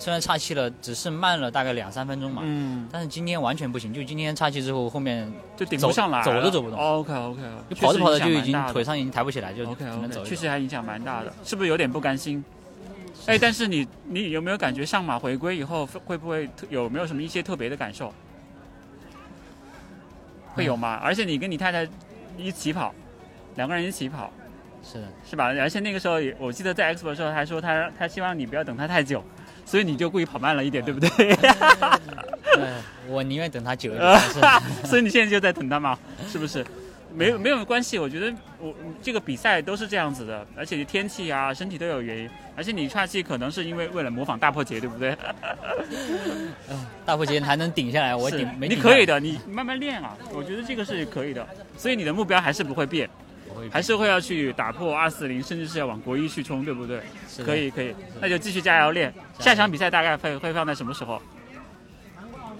虽然岔气了，只是慢了大概两三分钟嘛，
嗯，
但是今天完全不行，就今天岔气之后后面
就顶不上来了哦
走都走不动。
OK OK，
就跑着跑着就已经腿上已经抬不起来，就只
OK
能走
OK，
一走。
确实还影响蛮大的，是不是有点不甘心？哎，但是你你有没有感觉上马回归以后会不会特有没有什么一些特别的感受？会有
哎
吗？而且你跟你太太一起跑，两个人一起跑，
嗯是的，
是吧？而且那个时候也我记得在 Expo 的时候，她说她她希望你不要等她太久，所以你就故意跑慢了一点，对不对？
哎我宁愿等他久一点。但是
呃 所以你现在就在等他嘛，是不是？没有没有关系，我觉得我这个比赛都是这样子的，而且天气啊、身体都有原因，而且你岔气可能是因为为了模仿大破节，对不对？
大破节还能顶下来，我
是
顶没
你
顶下来。
可以的，你慢慢练啊，我觉得这个是可以的。所以你的目标还是不会变，还是会要去打破二四零，甚至是要往国一去冲，对不对？
是的
可以可以，那就继续加油练。下一场比赛大概会会放在什么时候？嗯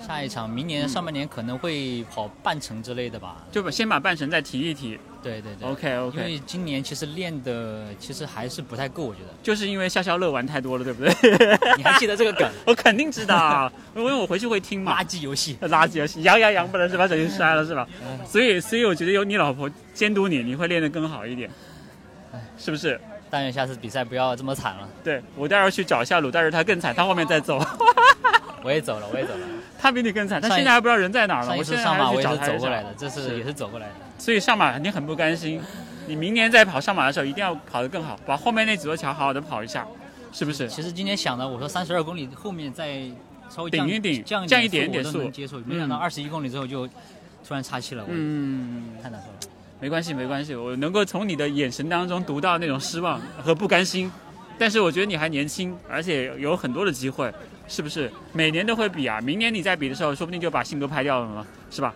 下一场明年上半年可能会跑半程之类的吧。
就把先把半程再提一提。
对对对。
OK OK。
因为今年其实练的其实还是不太够，我觉得。
就是因为消消乐玩太多了，对不对？
你还记得这个梗？
我肯定知道，啊因为我回去会听嘛。垃
圾游戏，嗯
垃圾 游戏，羊羊羊不能是把手机摔了是吧？所以，所以我觉得有你老婆监督你，你会练得更好一点，是不是？
但哎愿下次比赛不要这么惨了。
对我待会儿去找一下鲁，但是他更惨，他后面再走，
我也走了，我也走了。
他比你更惨，他
上一
现在还不知道人在哪儿呢。
上一
我
次
现在
上马
还
我
去
也
找
是
他
走过来的，
找
这次也是走过来的。
所以上马肯定很不甘心。你明年再跑上马的时候，一定要跑得更好，把后面那几座桥好好的跑一下，是不是？
其实今天想的，我说三十二公里后面再稍微
顶
降
一顶
降
降一
一
点点
速，
速
我都能接受。没想到
嗯
二十一公里之后就突然岔气了，我
嗯，
太难受了。
没关系，没关系，我能够从你的眼神当中读到那种失望和不甘心，但是我觉得你还年轻，而且有很多的机会，是不是？每年都会比啊，明年你再比的时候，说不定就把信都拍掉了嘛，是吧？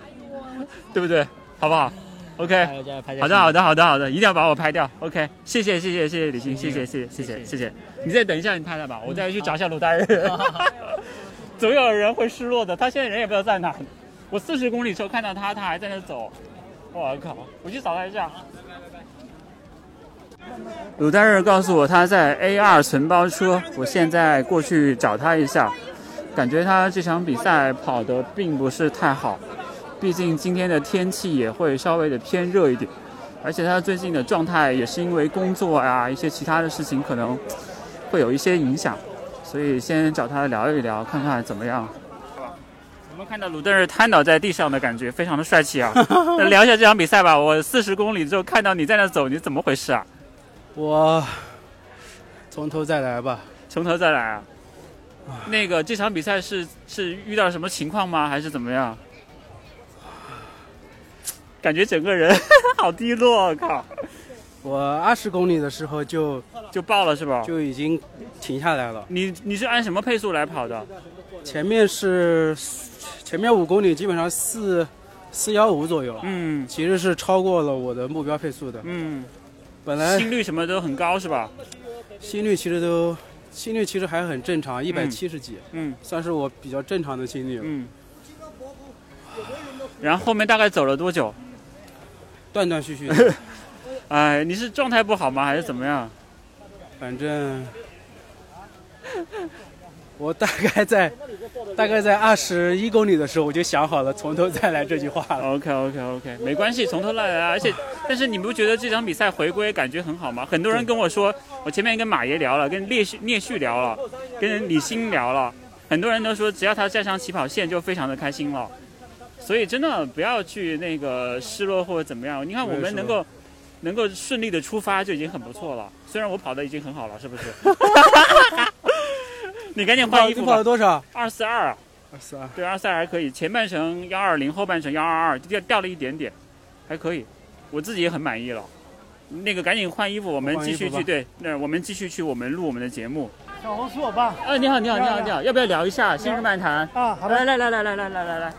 对不对？好不好？OK，好 的，好的，好的，好的，一定要把我拍掉。OK，谢谢，谢谢，谢谢李欣，谢谢，谢谢，谢谢，谢谢。你再等一下，你拍他吧，我再去找一下鲁大人。 总有人会失落的，他现在人也不知道在哪。我四十公里时候看到他，他还在那走，我靠！我去找他一下。鲁大日告诉我他在 A 二存包车，我现在过去找他一下，感觉他这场比赛跑得并不是太好，毕竟今天的天气也会稍微的偏热一点，而且他最近的状态也是因为工作啊一些其他的事情可能会有一些影响，所以先找他聊一聊，看看怎么样。我们看到鲁顿日瘫倒在地上的感觉，非常的帅 气啊！那聊一下这场比赛吧。我四十公里之后看到你在那走，你怎么回事啊？
我从头再来吧。
从头再来啊！那个这场比赛是是遇到什么情况吗？还是怎么样？感觉整个人 好低落，我靠！
我二十公里的时候就
就爆了是吧？
就已经停下来了。
你你是按什么配速来跑的？
前面是前面五公里基本上四四幺五左右，
嗯，
其实是超过了我的目标配速的，
嗯，
本来
心率什么都很高是吧？
心率其实都心率其实还很正常，一百七十几，
嗯，
算是我比较正常的心率，
嗯，然后后面大概走了多久？
断断续续的
哎，你是状态不好吗？还是怎么样？
反正我大概在 大概在二十一公里的时候，我就想好了从头再来这句话了。
OK OK OK，没关系，从头来啊！而且，但是你不觉得这场比赛回归感觉很好吗？很多人跟我说，我前面跟马爷聊了，跟聂旭聂旭聊了，跟李欣聊了，很多人都说只要他站上起跑线就非常的开心了。所以真的不要去那个失落或者怎么样。你看我
对
们
是
能够能够顺利的出发就已经很不错了。虽然我跑的已经很好了，是不是？你赶紧换衣服
你跑
吧
了。多少？
二四二，啊
二四二。
对，二四二还可以，前半程幺二零，后半程幺二二，掉掉了一点点，还可以，我自己也很满意了。那个赶紧换衣服，我们
换衣
继
服
续去
吧
对，那我们继续去我们录我们的节目。
小红书我爸。
啊，你好，你好，你好，你好，要不要聊一下《今日漫谈》？
啊，好
的，来来来来来来来来，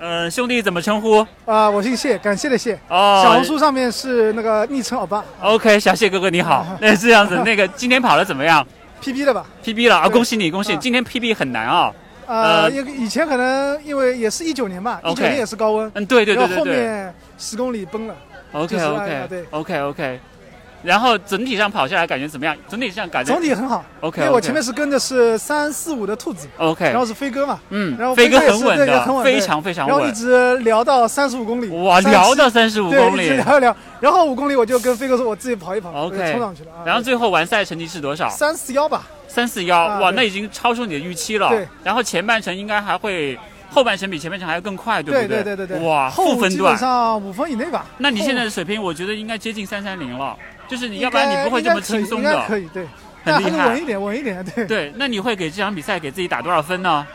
呃，兄弟怎么称呼？
啊，我姓谢，感谢的谢。
哦
小红书上面是那个昵称欧巴
OK，小谢哥哥你 好，那是这样子，那个今天跑的怎么样
，PB 的吧？
？PB 了啊，恭喜你，恭喜你！今天 PB 很难啊。
呃，
呃
因为以前可能因为也是一九年吧，一
OK
九年也是高温。
嗯对对对
然后后
对对
面十公里崩了。
OK
就是哎呀
OK
对，
OK OK，然后整体上跑下来感觉怎么样？整体上感觉
总体很好。
OK，
因为我前面是跟的是三四五的兔子。
OK
然后是飞哥嘛。
嗯
然后
飞哥
也是
很稳的
对也很稳对
非常非常稳
然后一直聊到三十五公里。
哇
37
聊到35
对
公里
一直聊一聊。然后五公里我就跟飞哥说，我自己跑一跑，我就
OK
冲上去了啊。
然后最后完赛成绩是多少？
三四幺吧。
三四幺，
啊
哇，
对
那已经超出你的预期了
对。
然后前半程应该还会，后半程比前半程还要更快，
对
不
对
对
对对对，
哇，
后
负分
基本
段。
上五分以内吧。
那你现在
后
的水平，我觉得应该接近三三零了，就是你
应
要不然
该
你不会这么轻松的
应该。可以，应该可以对，
很厉害
但还是稳一点，稳一点，对，
对，那你会给这场比赛给自己打多少分呢？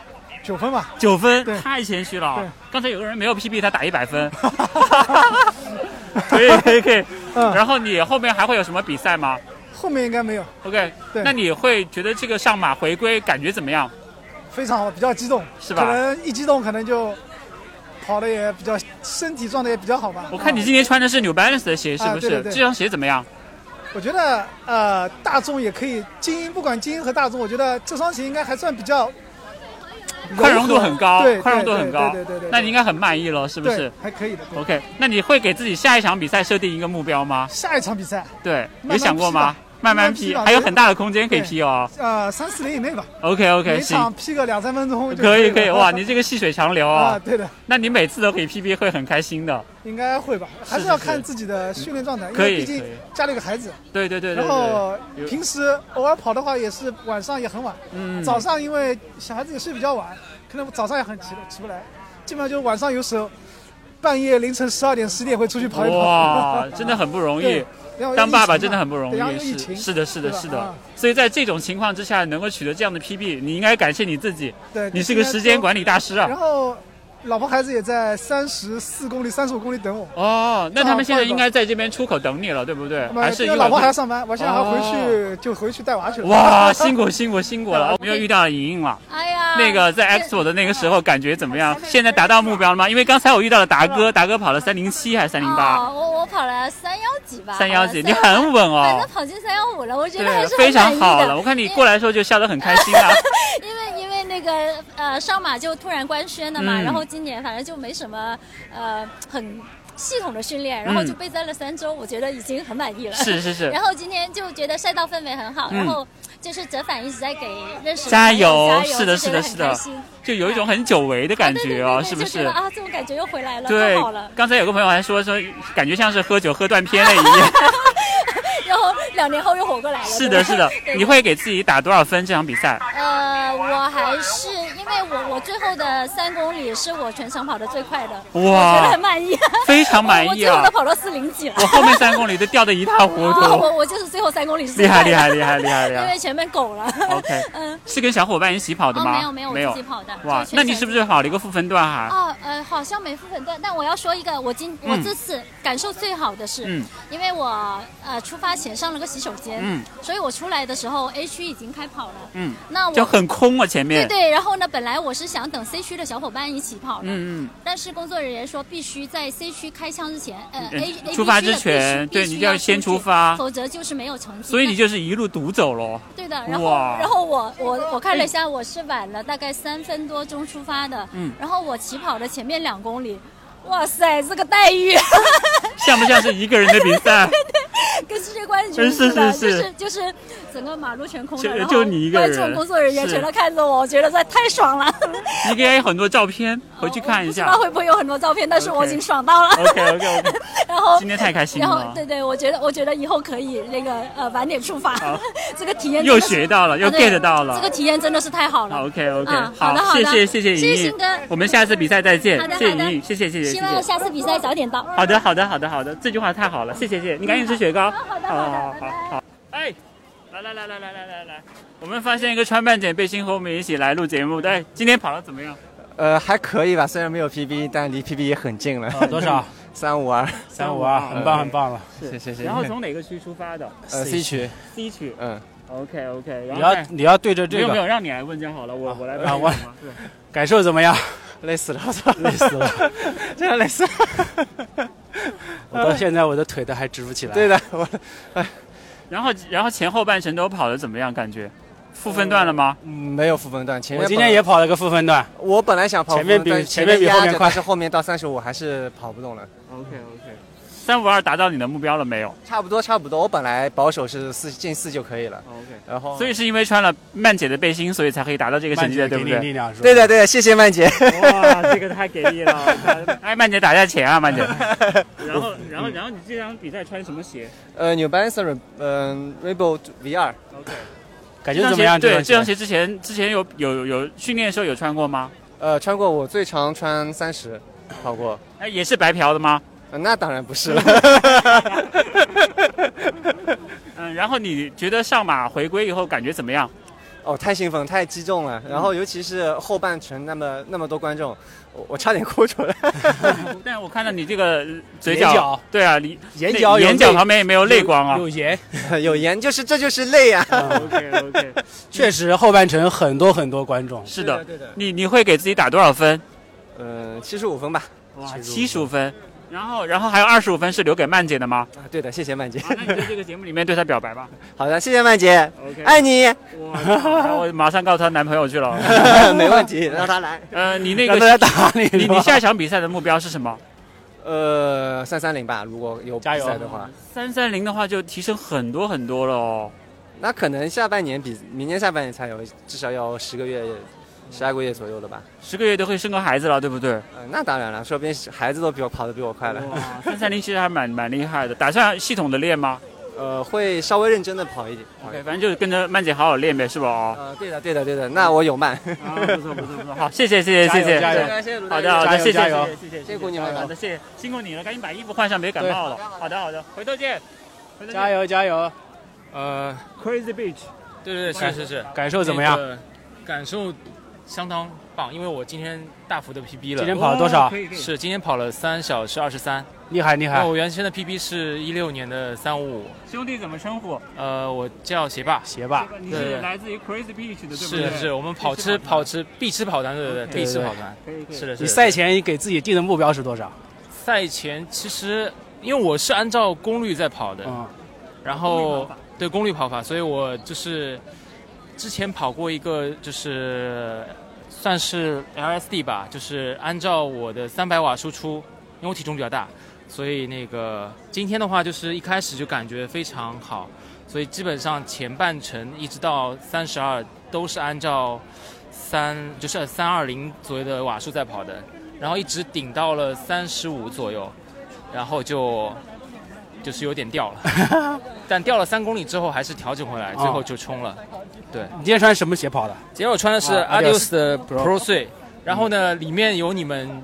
九分吧。
九分
对，
太谦虚了
对。
刚才有个人没有 PB，他打一百分。 可以可以可以。
嗯
然后你后面还会有什么比赛吗
后面应该没有，
？OK，
对
那你会觉得这个上马回归感觉怎么样？
非常好，比较激动，
是吧
可能一激动，可能就跑的也比较，身体状态也比较好吧。
我看你今天穿的是 New Balance 的鞋，是
啊
不
对
是？
对对
这双鞋怎么样？
我觉得呃，大众也可以，精英不管精英和大众，我觉得这双鞋应该还算比较
宽容度很高
对，，
宽容度
对
很高。
对对对对，
那你应该很满意了，是不
对
是
还可以的。对
OK，那你会给自己下一场比赛设定一个目标吗？
下一场比赛，
对，
慢慢
有想过吗
批吧？
慢
慢
慢
慢批
批，
吧
还有很大的空间可以批哦。
呃，三四零以内吧。
OK
每
OK，
场
行，
P 个两三分钟就
可以
了
可以，哇，你这个细水长流
啊，
哦。
对的，
那你每次都可以 PB，会很开心的。
应该会吧，还是要看自己的训练状态，因
可以
为毕竟
可以
家里有个孩子，
对对对对
然后
对。
平时偶尔跑的话也是晚上也很晚，
嗯
早上因为小孩子也睡比较晚，可能早上也很起不起不来，基本上就是晚上有时候半夜凌晨十二点十点会出去跑一跑，
哇，真的很不容易
对然后又疫情嘛
当爸爸真的很不容
对然后又
易，
疫情
是是的，是的，
对吧
是的
啊。
所以在这种情况之下，能够取得这样的 PB，你应该感谢你自己。
对
你是个时间管理大师啊
然。后老婆孩子也在三十四公里、三十五公里等我。
哦，那他们现在应
啊
该在这边出口等你了，对不对？
不好意
还
思
是
因为
一
老
会儿
婆
会
还要上班，我现在还回去、就回去带娃去了。
哦哇，辛苦 辛苦辛苦了！我们又遇到了莹莹了。
哎呀，
那个在 Expo 的那个时候感觉怎 么样？现在达到目标了吗？因为刚才我遇到了达哥，达哥跑了三零七还是三零八？
哦，我我跑了三幺几吧，
三幺几，
好
你
像318
很稳
反正
哦，
跑进三幺五了，我觉得还
对
是，很
非常
满意的
好了。我看你过来的时候就笑得很开心 啊。
因为因为那个呃上马就突然官宣了嘛，
嗯
然后今年反正就没什么呃很系统的训练，然后
嗯
就备战了三周，我觉得已经很满意了。
是是是
然后今天就觉得赛道氛围很好，
嗯
然后就是折返一直在给认识的
加
朋友
油！
加油，
是的，
就是觉
的，
得
是
很
的
开心，
就有一种很久违的感觉哦，是不
就觉
是
得？啊，这种感觉又回来了，
对
太好了，。
刚才有个朋友还说说，感觉像是喝酒喝断片了一样。
然后两年后又活过来了。
是
对
的，
吧，
是的
对
你会给自己打多少分这场比赛？
呃，我还是因为我我最后的三公里是我全程跑的最快的，
哇
我觉得很满意，
非常满意啊
我我最后都跑到四零几了，
我后面三公里都掉得一塌糊
啊我
涂。
我就是最后三公里是
厉
最
害
快的
厉害厉害厉害 厉
因为
害
前面狗了。
！OK，
嗯，
是跟小伙伴一起跑的
哦
吗？
没有没有我自己跑的
哇
就，全
那你是不是跑了一个负分段啊哈？
哦，呃，好像没副粉段，但我要说一个，我今我
嗯
这次感受最好的是，
嗯
因为我呃出发前上了个洗手间，
嗯
所以我出来的时候 A 区已经开跑了，
嗯，
那我
就很空啊前
对
面。
对，然后呢，本来我是想等 C 区的小伙伴一起跑的，
嗯嗯。
但是工作人员说必须在 C 区开枪之前，呃
嗯
，A A
出发
B 区
之前
的必须
对你
必须
就要
要
先
出
出
去
发
否则就是没有成绩。
所以你
那
就是一路独走喽。
对的，然后
哇
然后我我我看了一下，我是晚了大概三分多钟出发的，
嗯
然后我起跑的前面两公里，哇塞，这个待 遇
像不像是一个人的比赛？
跟世界冠军似的，
嗯是是是
就是就是整个马路全空
就
了，然后
就你一个人
观众工作人员
是
全都看着我，我觉得这太爽 了，
你给有很多照片，回去看
哦
一
不知
下。
道会不会有很多照片，但是我已
OK
经爽到了。
OK OK OK，
然后
今天太开心
然
了
后对对，我觉得我觉得以后可以那个呃晚点出发
好，
这个体验
又
真的是
学到了又
啊对
get 到了
这个体验真的是太好了。
OK OK，
嗯好的好
谢
的
谢谢
谢
谢
谢
莹莹
鑫哥，
我们下次比赛再见
好的，
谢谢
好的
莹莹，谢谢谢谢谢
希望
谢。
下次比赛早点到。
好的好的好的好的，这句话太好了，谢谢谢谢，你赶紧吃雪糕。
嗯好的
好
好的
好好好。哎，来来来来来来来来，我们发现一个川半简背心和我们一起来录节
嗯
目的，哎，今天跑的怎么样？
呃，还可以吧，虽然没有 PB，但离 PB 也很近了。
啊多少？
三五二，嗯
352很棒很棒了
谢谢谢谢。
然后从哪个区出发的？
呃 C 区
，C 区。
嗯。
OK OK，然后
你要
哎
你要对着这
没有
个
没有，让你来问就好了，我我来问
啊
你
我
好吗对
感受怎么样？
累死了，
累死了，
真的累死了。
我到现在我的哎腿都还直不起来。
对的，我
然后然后前后半程都跑的怎么样？感觉负分段了吗？
嗯没有负分段，前面
我今
本
天也跑了个负分段。
我本来想跑
前面
负分段
比前面比
压
后面
着
快
但是后面到三十五还是跑不动了。
OK OK，三五二达到你的目标了没有？
差不多差不多，我本来保守是四进四就可以了。OK，然后
所以是因为穿了曼姐的背心，所以才可以达到这个成绩的，对不对？
对的对的，谢谢曼姐。
哇，这个太给力了！ 哎，曼姐打一下钱啊，曼姐。 然后，然后，然后你这场比赛穿什么鞋？
呃，New Balance 嗯 Rebel V 二。
OK，
感觉怎么样
这
这双
双鞋对，
鞋
双鞋之前之前有有有训练的时候有穿过吗？
呃，穿过我最长穿三十，跑过。
哎，也是白嫖的吗？
呃那当然不是了。
嗯，然后你觉得上马 回归以后感觉怎么样？嗯
哦，太兴奋，太激动了。然后尤其是后半程那么那么多观众，我我差点哭出来。
但我看到你这个 嘴
眼
角
角，
对啊，你
眼角有
眼角
泪
旁边也没有泪光啊，
有盐， 有盐就是这就是泪啊 呀、
OK OK，
确实后半程很多很多观众。
是的，你你会给自己打多少分？
呃，七十五分吧。
哇，七十五分。然后，然后还有二十五分是留给曼姐的吗？
啊，对的，谢谢曼姐。
那你在这个节 目里面对她表白吧。
好的，谢谢曼姐
OK
爱你。。
哇，我马上告诉她男朋友去了
没问题让她来。
呃，你那个
让她来打你
你
吧
你下一场比赛的目标是什么？
呃，三三零吧，如果有比
加油
赛的话，
三三零的话就提升很多很多了哦。
那可能下半年比明年下半年才有，至少要十个月、十二个月左右了吧。
十个月都会生个孩子了，对不对？
呃，那当然了，说不定孩子都比我跑得比我快了。
三三零其实还蛮蛮厉害的，打算系统的练吗？
呃，会稍微认真的跑一点。跑一
OK，
点
反正就是跟着曼姐好好练呗，是吧？哦，
呃，对的，对的，对的。那我有慢。
不错，不错，不错。好，谢谢，谢谢，谢谢，
加油
谢
加油
好的，好
加
的，
油
谢谢，
加油
谢谢谢谢，谢谢
辛苦你们了
好的，谢谢，辛苦你了，赶紧把衣服换上，别感冒了。好的，好的，回头见，回头见。
油加油！
呃
，Crazy Beach，
对对对，是是是，
感受怎么样
那个感受相当
棒，因为我今天大幅的 PB 了。
今天跑了多少哦可以可以
是今天跑了三小时二十三，
厉害厉害
那我原先的 PB 是一六年的三五五。
兄弟怎么称呼？
呃，我叫鞋霸。
鞋霸
你
对
是
对
来自于 Crazy Beach 的，对不
是
对？
是，我们跑吃跑吃必吃跑团，对对对，
OK
必吃
对对
跑团
可以可，以
是的，是的。
你赛前给自己定的目标是多少？
赛前其实因为我是按照功率在跑的，然后对功率跑法，所以我就是之前跑过一个就是算是 LSD 吧，就是按照我的三百瓦输出，因为我体重比较大，所以那个今天的话就是一开始就感觉非常好，所以基本上前半程一直到三十二都是按照三就是三二零左右的瓦数在跑的，然后一直顶到了三十五左右，然后就就是有点掉了，但掉了三公里之后还是调整回来，
哦
最后就冲了。对，
你今天穿什么鞋跑的？
结果穿的是
啊
Adios 的
Pro
Pro 碎，然后呢里面有你们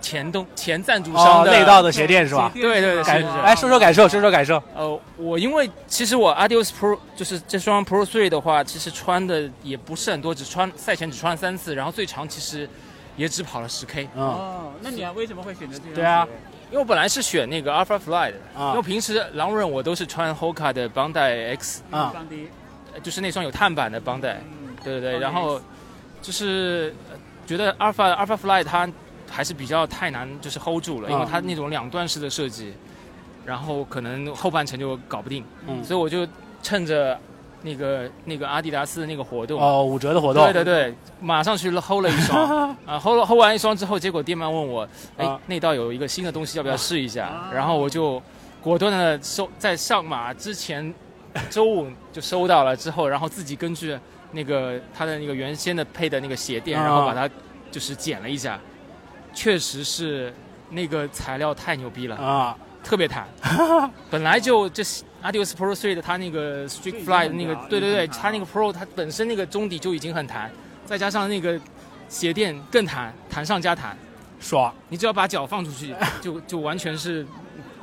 前东前赞助商的
哦内道的鞋垫是吧？
对对对，
感
是是是
来说说感受，说说感受。
呃，我因为其实我 Adios Pro 就是这双 Pro 3的话，其实穿的也不是很多，只穿赛前只穿了三次，然后最长其实也只跑了十 K。
嗯
哦，那你啊为什么会选择这双鞋？
对啊，因为我本来是选那个 Alpha Fly 的，
啊
因为平时狼人我都是穿 Hoka 的绑带 X
啊，
呃就是那双有碳板的绑带，
嗯
对对对，然后就是呃觉得 Alpha Alpha Fly 它还是比较太难，就是 hold 住了，
啊
嗯
因为它那种两段式的设计，然后可能后半程就搞不定，
嗯
所以我就趁着。那个那个阿迪达斯的那个活动
哦五折的活动
对对对，马上去 hold 了一 双，啊 hold 了 hold 完一双之后，结果店妈问我，哎、
啊
那道有一个新的东西，要不要试一下？然后我就果断的收，在上马之前， 周五就收到了之后，然后自己根据那个他的那个原先的配的那个鞋垫，
啊
然后把它就是剪了一下，确实是那个材料太牛逼了
啊，
特别弹。本来就这 Adios Pro 3的它那个 Street Fly 的那个，
啊
对对对，它那个 Pro 它本身那个中底就已经很弹，再加上那个鞋垫更弹，弹上加弹，
爽！
你只要把脚放出去，就就完全是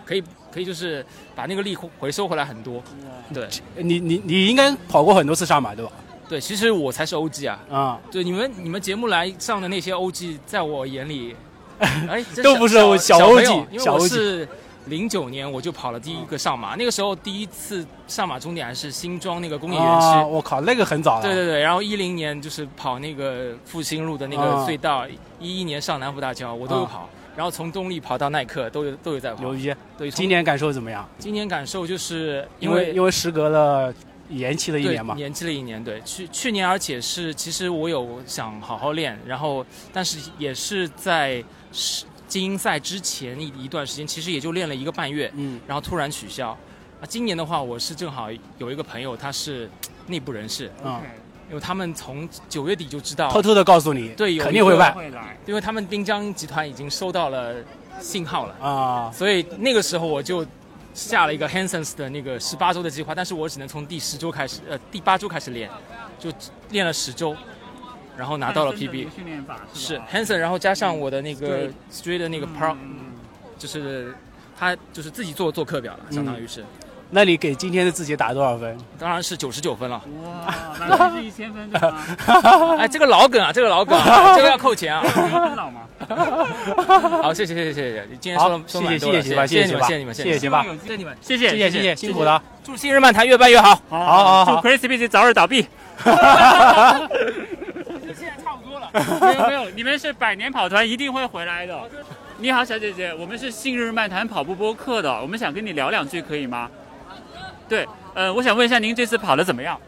可以可以就是把那个力回收回来很多。
嗯
对
你你你应该跑过很多次上马对吧？
对，其实我才是 OG 啊。
啊，
对，你们你们节目来上的那些 OG，在我 眼里，哎，真
都不是小
小小
OG
朋友因为
小
我
OG
是零九年我就跑了第一个上马，那个时候第一次上马终点还是新庄那个工业园区。
啊，我靠，那个很早了。
对对对，然后一零年就是跑那个复兴路的那个
啊
隧道，一一、年上南湖大桥我都有
啊
跑，然后从动力跑到耐克都有都有在跑。
牛逼！
对，从
今年感受怎么样？
今年感受就是
因
因
为
为
因为时隔了延期了一
对
年嘛，
延期了一年，对，去去年，而且是其实我有想好好练，然后但是也是在是精英赛之前一一段时间，其实也就练了一个半月，
嗯，
然后突然取消。啊，今年的话，我是正好有一个朋友，他是内部人士，
嗯，
因为他们从九月底就知道，
偷偷的告诉你，
对，有
肯
一
定
个
会办。
因为他们滨江集团已经收到了信号了
啊，
所以那个时候我就下了一个 Hansons 的那个十八周的计划，但是我只能从第十周开始，呃，第八周开始练，就练了十周，然后拿到了 PB，
训练法
是
吧
Hanson，然后加上我的那个
嗯
Street 的那个 Pro，、就是他就是自己做做课表了，相当于是，
那你给今天的自己打多少分？
当然是九十九分了。
哇，那就是一千分对吗？
哎，这个老梗啊，这个老梗、啊，这个要扣钱啊。
很老吗？
好，谢谢谢谢谢谢，你今天说了
好
说了蛮
谢
多
谢
了，
谢
谢
谢吧
谢你们，
谢
谢
谢谢
你们，
谢吧
谢谢你们，
谢谢
谢谢谢谢辛苦了
祝新日漫坛越办越好，
好
好好好
祝 Crazy Beach 早日倒闭。
现在差不多了
没有没有，你们是百年跑团，一定会回来的。你好，小姐姐，我们是信日漫谈跑步播客的，我们想跟你聊两句，可以吗？对，呃，我想问一下您这次跑的怎么样？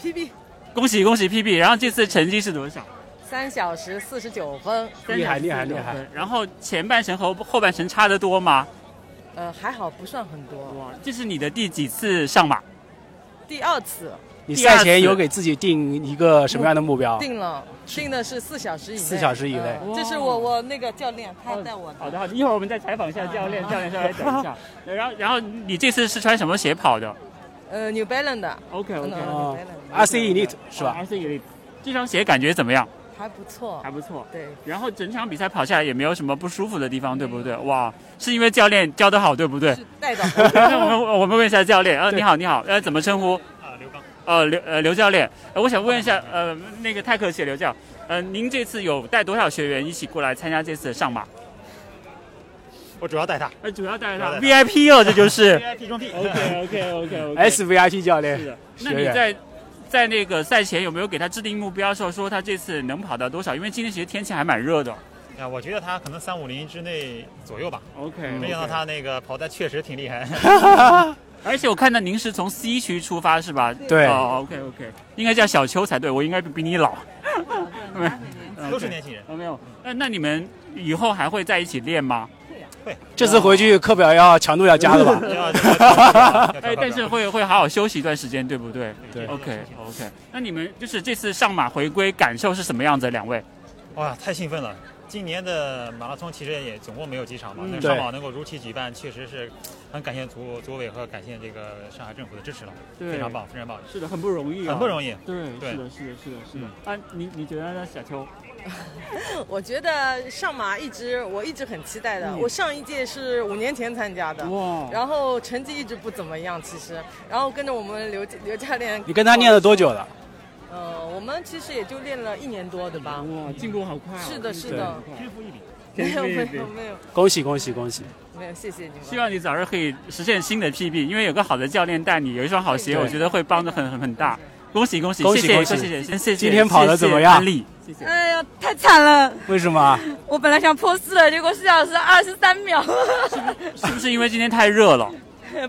PB
恭喜恭喜 PB，然后这次成绩是多少？
三小时四十九分，
349分！然后前半程和后半程差得多吗？
呃，还好不算很多，
这是你的第几次上马？
第二次
你
第二
赛
次
前有给自己定一个 什么样的目标？
定了，定的是四小时以内，
四小时以内
嗯这是我我那个教练他带我的。
好的好的，一会儿我们再采访一下教练，教练稍微等一 下。然后然后你这次是穿什么鞋跑的？
呃，New Balance 的嗯
，OK
OK，
哦，RC
啊
Elite 是吧
？RC 哦 Elite 这双鞋感觉怎么样？
还不错，
还不错，
对。
然后整场比赛跑下来也没有什么不舒服的地方，对不对？
嗯
哇，是因为教练教得好，对不对？
带的
我们我们问一下教练，呃，
对
你好，你好，呃，怎么称呼？
啊，刘刚。
呃，刘呃刘教练、呃，我想问一下，呃，那个太客气了，刘教，呃，您这次有带多少学员一起过来参加这次的上马？
我主要带他，
呃，主要带
他
VIP 哦这就是
VIP 中 P。
OK OK OK OK。
SVIP 教练
是的。
学
那
员
你在在那个赛前有没有给他制定目标，说说他这次能跑到多少？因为今天其实天气还蛮热的。
啊，我觉得他可能三五零之内左右吧。
OK，
没想到他那个跑的确实挺厉 害。
而且我看到您是从 C 区出发是吧？
对
哦，OK OK，应该叫小邱才对，我应该比你老。没
都是年轻人。
哦没有，那那你们以后还会在一起练吗？
这次回去课表要强度要加的吧？
哎，但是会会好好休息一段时间，对不对？对，OK OK。那你们就是这次上马回归感受是什么样子？两位？
哇，太兴奋了！今年的马拉松其实也总共没有几场嘛，
嗯
那
对
上马能够如期举办，确实是很感谢组组委和感谢这个上海政府的支持了，
对
非常棒，非常棒。
是的，很不容易啊
很不容易。
对
对
是的，是的，是的，是的
嗯。
啊，你你觉得呢，小邱？
我觉得上马一直我一直很期待的，
嗯
我上一届是五年前参加的，
哇
然后成绩一直不怎么样，其实，然后跟着我们刘刘教练，
你跟他练了多久了？
呃，我们其实也就练了一年多，对吧？
哇，进步好快、哦
是的，是的，
天赋异禀。
没有没有没有
恭喜恭喜恭喜！
没有，谢谢你们。
希望你早日可以实现新的 PB，因为有个好的教练带你，有一双好鞋，
对
我觉得会帮的很很很大。恭喜恭喜，
恭喜
谢谢
恭喜
谢谢谢谢。
今天跑得怎么样
谢谢安利
哎呀，太惨了！
为什么？啊
我本来想破四的，结果四小时二十三秒。
是不是因为今天太热了？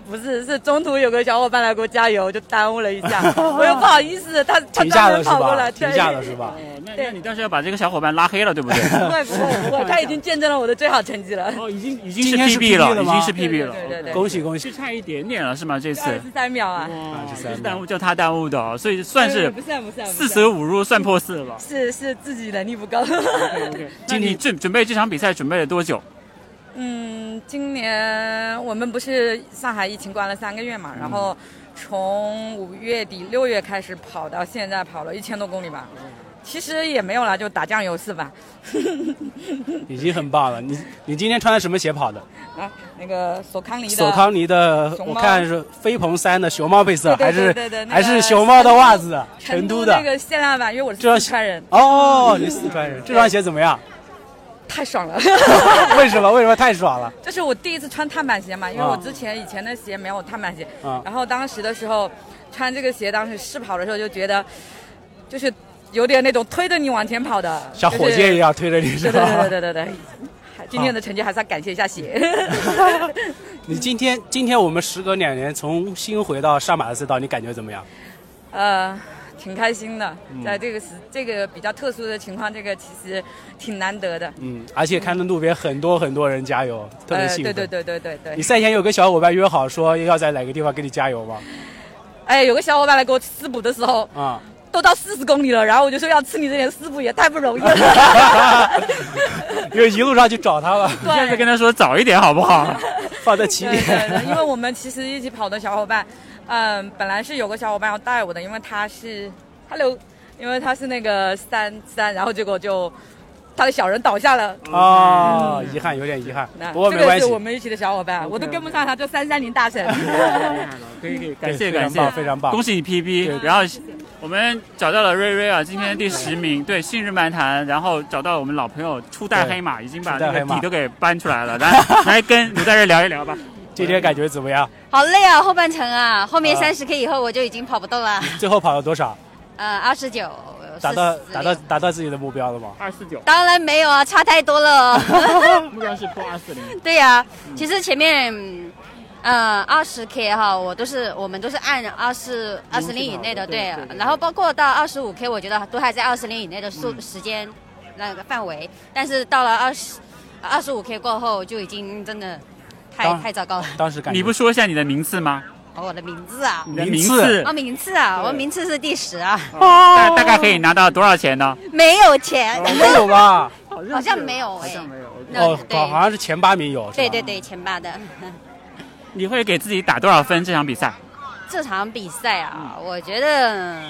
不是，是中途有个小伙伴来给我加油，就耽误了一 下，我又不好意思，他他
停下
专
了
门
是
跑过
吧？
来，
停
对，
下了是吧？那那你到时候要把这个小伙伴拉黑了，对 不对？
不会不会不会，他已经见证了我的最好成绩了。
哦，已经已
已
经是 PB 了，已经是 PB 了。
对对对，
恭喜恭
喜！就差一点点了是吗？这次
二十三秒啊！
就是耽误就他耽误的哦，所以算是
不算不算不
四
算
舍五入算破四了。
是是自己能力不够。
那你准准备这场比赛准备了多久？
嗯，今年我们不是上海疫情关了三个月嘛，然
嗯
后从五月底六月开始跑到现在，跑了一千多公里吧。
嗯
其实也没有啦，就打酱油是吧？
已经很棒了。你你今天穿的什么鞋跑的？
啊，那个索康尼的
索康尼的，
熊猫
我看是飞鹏三的熊猫配色，
对
还
对
是
对对对那个
还是熊猫的袜子，成都
那
的。
个限量版，因为我
这双
是四川人，
哦，你四川人，这双鞋怎么样？
太爽了。
为什么？ 为什么太爽了？
这是我第一次穿碳板鞋嘛，因为
啊
我之前以前的鞋没有碳板鞋，
啊
然后当时的时候穿这个鞋，当时试跑的时候就觉得，就是有点那种推着你往前跑的，
像火箭一样推着你
就是是。对对
吧？
对对对对对。 还今天的成绩还是要感谢一下鞋，
你今天今天我们时隔两年重新回到上马的赛道，你感觉怎么样？
呃，挺开心的
嗯，
在这个时这个比较特殊的情况，这个其实挺难得的，
嗯，而且看到路边很多很多人加油，特别
呃，
兴
对
奋。
对对对对对。
你赛前有跟小伙伴约好说要在哪个地方给你加油吗？
哎，有个小伙伴来给我私补的时候，
啊、
都到四十公里了，然后我就说要吃你这点私补也太不容 易了。
因为一路上去找他了。
对下次
跟他说早一点好不好？
放在起
对对对，因
点。
为我们其实一起跑的小伙伴，嗯，本来是有个小伙伴要带我的，因为他是他留，因为他是那个三三，然后结果就他的小人倒下了。嗯
哦，遗憾，有点遗憾
那，
不过
这
没
个
关
是
系。
我们一起的小伙伴，我都跟不上他，就三三零大神。
可以可以，感
对
谢
非常
感谢，
棒非常棒
恭喜你
嗯
PB。然后我们找到了瑞瑞啊，今天第十
嗯
名，对，信日漫谈，然后找到我们老朋友初代
对
黑马，已经把
初代
那个
黑马
底都给搬出来了，来来跟刘在这聊一聊吧。
今天感觉怎么样？
好累啊，后半程啊，后面
啊
三十 K 以后我就已经跑不动了。
最后跑了多少？
呃，二十九，
达到
40
达到达到自己的目标了吗？
二四九。
当然没有啊，差太多了哦。
目标是破二四零。
对呀、其实前面，嗯呃，二十 K 哈，我都是我们都是按二十二十零以内的，
对
对
对对。
然后包括到二十五 K，我觉得都还在二十零以内的
嗯
数时间那个范围，但是到了二十二十五 K 过后，就已经真的 太
当
太糟糕了。
当时感
你不说一下你的名次吗？
哦，我的名字啊，
你的名次哦
哦，名次啊，我名次是第十啊，
大大概可以拿到多少钱呢？
没有钱，
哦
没有吧？
好像没有哎，那
哦，
对
好像是前八名有。
对对对，前八的
你会给自己打多少分？这场比赛？
这场比赛啊，我觉得嗯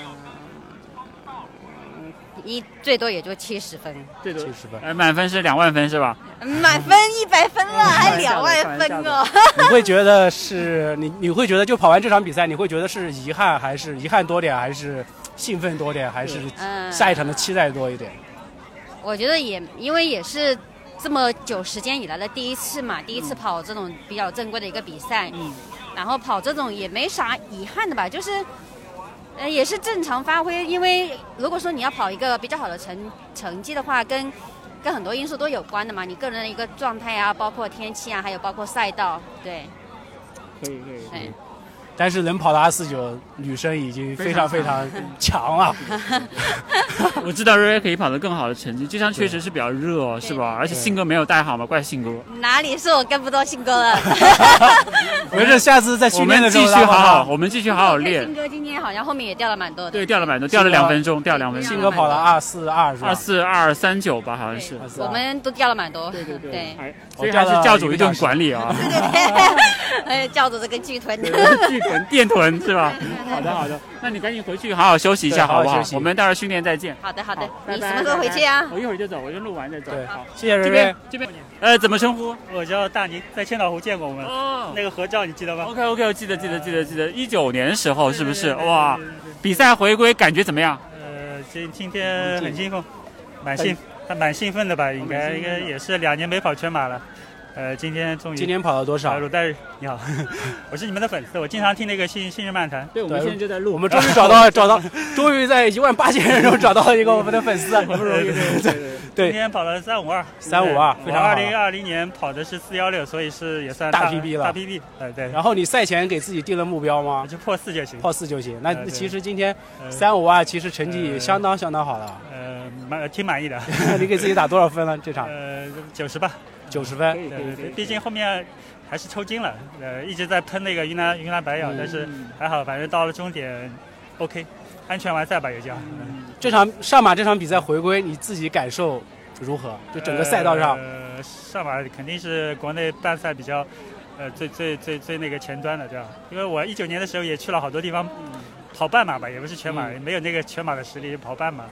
你最多也就七十分，嗯
最多
七十分。
哎，满分是两万分是吧？
满分一百分了，还两万分哦。
你会觉得是你你会觉得就跑完这场比赛，你会觉得是遗憾还是遗憾多点，还是兴奋多点，还是
嗯
下一场的期待多一点？
我觉得也因为也是这么久时间以来的第一次嘛，第一次跑这种比较正规的一个比赛，
嗯，
然后跑这种也没啥遗憾的吧，就是。呃，也是正常发挥，因为如果说你要跑一个比较好的成成绩的话，跟跟很多因素都有关的嘛，你个人的一个状态啊，包括天气啊，还有包括赛道，对，
可以可以。
对，
但是能跑到二四九，女生已经非常非
非
常
常
嗯
强啊了。
我知道瑞瑞可以跑得更好的成绩，这场确实是比较热哦，是吧？而且信哥没有带好嘛，怪信哥。
哪里是我跟不动信哥了？
没事，下次在
我
训练
们
的时
继
候
续
拉
好好，
好。
我们继续 好好练
信。哥今天好像后面也掉了蛮多的，
对，掉了蛮多，掉了两分钟，掉了两分钟。
信哥跑了二四二是吧？
二四二三九吧，好像是。
我们都掉了蛮多，对对对，
所以还是教主一顿管理啊，
还有教主哎这个巨臀，
巨臀电臀是吧？ 好的好的，那你赶紧回去好好休息一下
对好好
好不好
休？息
我们待会儿训练再见。
好的好的，
拜
你
拜
什么时候回去啊？
我一会儿就走，我就录完再走。
对
好，
谢谢
这
瑞瑞
边。这边，呃，怎么称呼？
我叫大宁，在千岛湖见过我们，
哦
那个合照你记得吗
OK OK，我记得记得记得记得，一九年时候是不是？哇，比赛回归感觉怎么样？
呃，今今天很兴奋，蛮兴还蛮兴奋的吧？应该应该也是两年没跑全马了，呃，今天终于
今天跑了多少
呃鲁代你好， 我是你们的粉丝，我经常听那个信信日漫谈。对，
我们现在就在录我们终于找到 找到，终于在一万八千人中找到了一个我们的粉丝，啊 很不容易。对对
今天跑了三五二，
352非常好
二零二零年跑的是四幺六，所以是也算
大 PB 了
大 PB，呃对。
然后你赛前给自己定了目标吗？
就破四就行。
破四就行。那
呃对
其实今天
呃
三五二啊其实成绩也相当相当好了。
呃蛮挺满意的。
你给自己打多少分了这场？
呃，九十吧，
九十分。
对对对，毕竟后面还是抽筋了，呃，一直在喷那个云南云南白药，
嗯
但是还好，反正到了终点，OK，安全完赛吧，也就。
这场上马这场比赛回归，你自己感受如何？就整个赛道上，
呃，上马肯定是国内办赛比较，呃，最最最最那个前端的，对吧？因为我一九年的时候也去了好多地方跑半马吧，也不是全马，
嗯
没有那个全马的实力跑半马，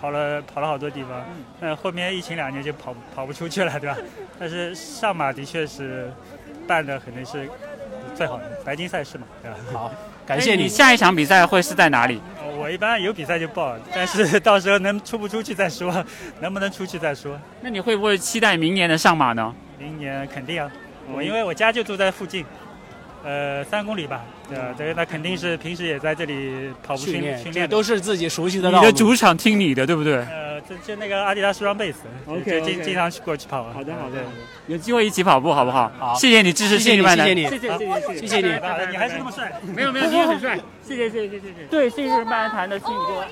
跑了跑了好多地方。
嗯
那、后面疫情两年就跑跑不出去了，对吧？但是上马的确是办的肯定是最好的白金赛事嘛，对吧？
好，
哎你下一场比赛会是在哪里？
我一般有比赛就报，但是 到时候能出不出去再说，能不能出去再说。
那你会不会期待明年的上马呢？
明年肯定啊，我
嗯
因为我家就住在附近，呃，三公里吧。对吧？对，那肯定是平时也在这里跑步训
训练
训
这
练的。
都是自己熟悉
你
的道路。
的主场听你的，对不对？
呃，就就那个阿迪达斯 Run Base，就
OK，OK
经经常去过去跑啊。好的
好的。有机会一起跑步好不好？好谢谢你支持
谢谢
新
你
日漫谈，
谢谢你
谢谢
谢谢你
好的你还是那么帅。
没有没有，你也很帅。 谢谢谢谢谢谢。对，新日漫谈的信哥。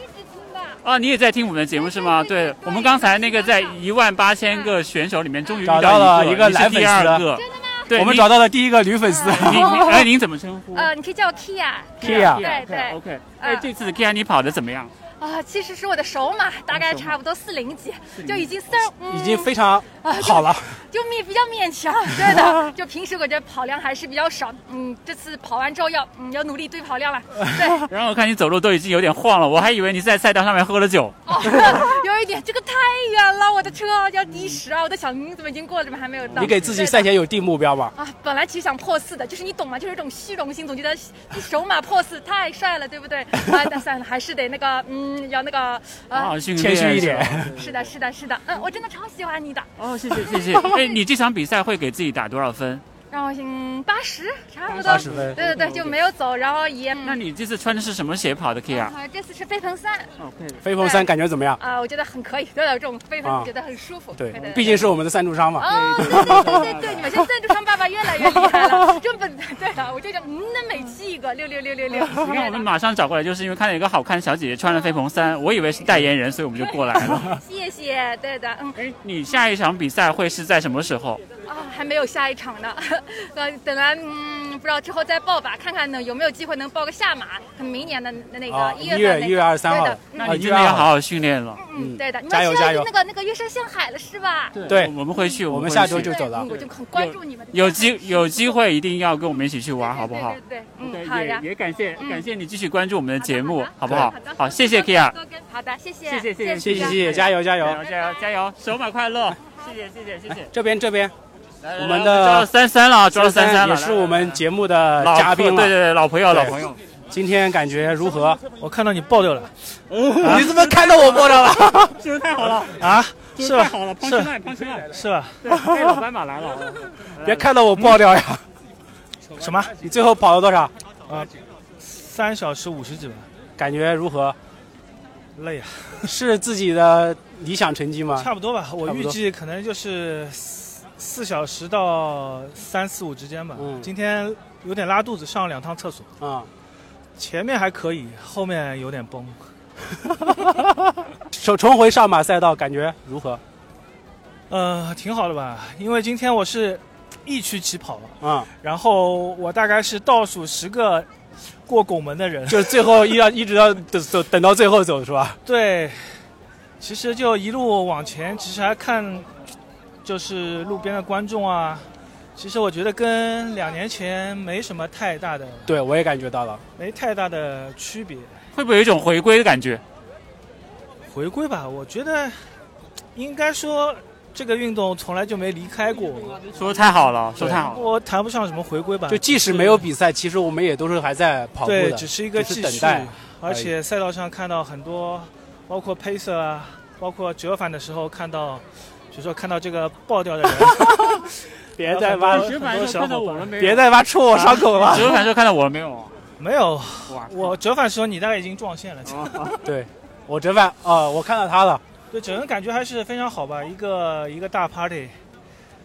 啊，你也在听我们的节目是吗？对，我们刚才那个在一万八千个选手里面，终于遇
找到了
一
一个
你是
男
第
粉丝
二个。对，
我们
你
找到了第一个女粉丝。
你你哎，您怎么称呼
呃，你可以叫我 Kia。
Kia
对对。
？OK，哎，这次 Kia 你跑的怎么样？
啊，其实是我的手码，大概差不多四零几，就已经三，嗯，
已经非常好了，
就勉比较勉强，对 的。就平时我这跑量还是比较少，嗯，这次跑完之后要，嗯，要努力堆跑 量了。对，
然后我看你走路都已经有点晃了，我还以为你是在赛道上面喝了酒。
哦， 有一点，这个太远了，我的车要第十啊！我在想，你怎么已经过了，怎么还没有到？
你给自己
对的
赛前有定目标吗？
啊，本来其实想破四的，就是你懂吗？就是一种虚荣心，总觉得一手码破四太帅了，对不对？ 啊，但算了，还是得那个，嗯，要那个，
啊
呃，
训
谦虚一点
是的，是的，是的，嗯，我真的超喜欢你的。
哦，谢谢 谢谢。哎，你这场比赛会给自己打多少分？
让我嗯八十差不多，
80分
对对对，就没有走，然后也。那
你这次穿的是什么鞋跑的，Kia？
啊，这次是飞鹏三。
嗯
飞鹏三感觉怎么样？
啊，我觉得很可以，对的，这种飞
啊
鹏觉得很舒服。
对
对对，
毕竟是我们的赞助商嘛。
哦，对对对对对，你们现在赞助商爸爸越来越厉害了，这本对了，我就想，嗯，那每期一个六六六 六六。
你看我们马上找过来，就是因为看到一个好看的小姐姐穿了飞鹏衫，我以为是代言人，所以我们就过来 了。哎
谢谢，对的，嗯。
你下一场比赛会是在什么时候？
啊，还没有下一场呢，呃，等来嗯不知道之后再报吧，看看呢有没有机会能报个下马，可能明年的那那
啊
个一
一月
份那
一月
个
二十三号
对的
了，
那
啊
你
一
真
月
的
二
要
号
好好训练了。
嗯，对的，你
加
们
油
是
加油
要那个那个月上向海了是吧？
对
我们会去，
我
们
们
会
下周
去
就走了
嗯我就很关注你们。
有机有机会一定要跟我们一起去玩，好不好
对？对，嗯，
对
好
也
呀，嗯
也感谢感谢你继续关注我们的节目，嗯好不
好
好
的？
好，谢谢 Kia，
多跟好的，谢谢，
谢谢谢
谢谢谢谢，加油加油！
加油加油，手马快乐！谢谢谢谢谢谢。
这边这边，
来
我们
来来
的
来抓到33了抓到33了
也是我们节目的
老
嘉宾了，
对对对老朋友老朋友。
今天感觉如何？
我看到你爆掉了，
哦
啊
你怎么看到我爆掉了？
是不是太好了？
啊，
就是是
吧？
太好了，胖
是
起来胖起来，
是吧？
对，哎老斑马来了，
别看到我爆掉 呀！
什么？你最后跑了多少？呃
啊，三小时五十几吧，
感觉如何？
累啊，
是自己的理想成绩吗？
差不多吧。我
差不
预
多
计可能就是四四小时到三四五之间吧。今天有点拉肚子，上了两趟厕所。
嗯啊，
前面还可以，后面有点崩。
重重回上马赛道，感觉如何？
呃，挺好的吧？因为今天我是一区起跑了，
啊，
然后我大概是倒数十个过拱门的人，
就是最后一要一直要等走等到最后走是吧？
对，其实就一路往前，其实还看就是路边的观众啊。其实我觉得跟两年前没什么太大的
对，我也感觉到了。
没太大的区别。
会不会有一种回归的感觉？
回归吧，我觉得应该说这个运动从来就没离开过。
说得太好了说得太好了
我谈不上什么回归吧，
就即使没有比赛，其实我们也都是还在跑步的，
对，只是一个
只
继
是
续，
等待。
而且赛道上看到很多，包括 pacer 啊，包括折返的时候看到，比如说看到这个爆掉的人，
别再挖
很多很多小伙伴
别再挖出我伤口了。
折返
时候看到我了没有？
没有，我折返时候你大概已经撞线了。
哦 对，我折返啊，我看到他了。
对，整个感觉还是非常好吧，一个一个大 party，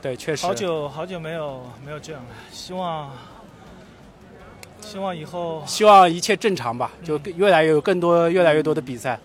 对，确实。
好久好久没有没有这样了，希望希望以后
希望一切正常吧，
嗯
就更越来越有更多、越来越多的比赛。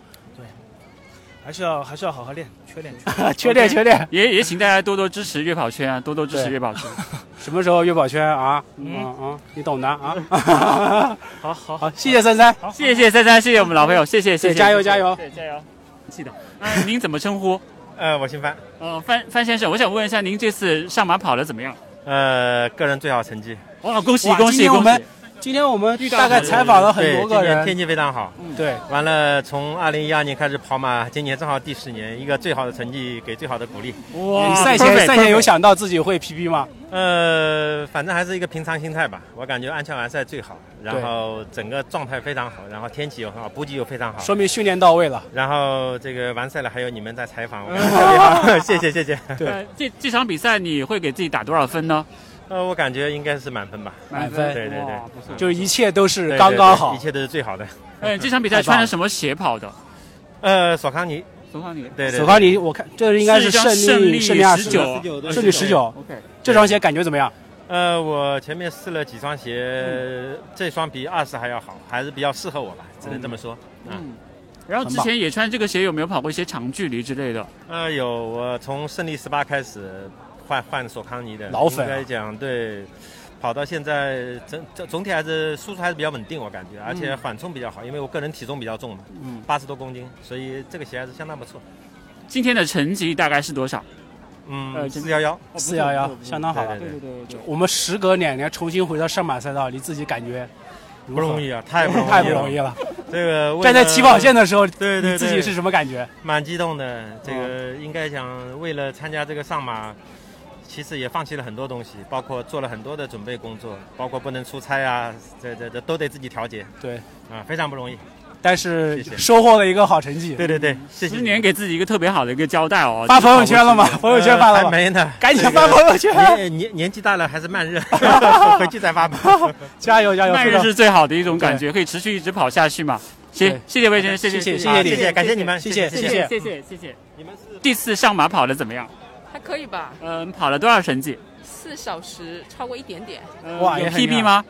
还是要还是要好好练，缺练
缺练缺练，
也也请大家多多支持月跑圈啊，多多支持
对
月跑圈。
什么时候月宝圈啊？嗯
嗯
啊，你懂的啊。 好
好
好，谢谢三三，
谢谢三三，谢谢我们老朋友，谢谢谢
对
谢，
加油
谢谢
加油
对加油，记得。那您怎么称呼？
呃，我姓范。
呃，范范先生，我想问一下，您这次上马跑的怎么样？
呃，个人最好成绩。
哇，恭喜
哇
恭
今
喜
天我
恭喜
们！今天我们大概采访了很多个
对今
人，嗯
天天气非常好。
对，
完了，从二零一二年开始跑马，今年正好第十年，一个最好的成绩给最好的鼓励。
嗯
嗯
你赛前赛前有想到自己会 PB 吗？
呃，反正还是一个平常心态吧。我感觉安全完赛最好，然
对
后整个状态非常好，然后天气又很好，补给又非常好。
说明训练到位了。
然后这个完赛了，还有你们在采访，我感觉特别
嗯
好， 谢谢谢谢。
呃，这这场比赛你会给自己打多少分呢？
呃，我感觉应该是满分吧，
满分
对对
哇不错
对，
就是一切都是
对
刚刚
对
好
对一。切都是最好的。
哎，这场比赛穿的什么鞋跑的？
呃，索康尼，
索康尼，
对对，
索康尼，我看这应该是胜利胜
胜
利
利
二
十
九，胜利十九
OK。
这双鞋感觉怎么样？
呃，我前面试了几双
嗯
鞋，这双比二十还要好，还是比较适合我吧，只能这么说。嗯，
然后之前也穿这个鞋，有没有跑过一些长距离之类的？
呃，有我从胜利十八开始换换索康尼的
老粉啊
应该讲对。跑到现在，整整总体还是输出还是比较稳定，我感觉，而且缓冲比较好，因为我个人体重比较重嘛，
嗯
八十多公斤，所以这个鞋还是相当不错。
今天的成绩大概是多少？
嗯，四幺幺，
呃四幺幺，相当好了。
对对对
就我们时隔两年重新回到上马赛道，你自己感觉如
不
何
容易啊， 太不容易
太不容易了。
这个为
站在
了
起跑线的时候，
对对，
你自己
对
是什么感觉？嗯
蛮激动的。这个应该讲，为了参加这个上马，其实也放弃了很多东西，包括做了很多的准备工作，包括不能出差啊，这这这都得自己调节。
对，
啊，非常不容易。
但是
谢谢
收获了一个好成绩。
对对对，谢谢
嗯十。年给自己一个特别好的一个交代哦。
发朋友圈了吗
呃
朋友圈发了吗
还没呢，
赶紧
这个
发朋友圈啊
年年年纪大了还是慢热， 回去再发吧。
加油 加油！
慢
非
热
常
是最好的一种感觉，可以持续一直跑下去嘛。行
对，
谢谢魏先生，
谢
谢
谢
谢
谢谢你
感谢你们，
谢
谢
谢谢谢
谢谢谢谢。你们是第次上马跑的怎么样？
还可以吧，
呃
嗯，跑了多少成绩？
四小时超过一点点。
哇
有
也很厉害
PB 吗？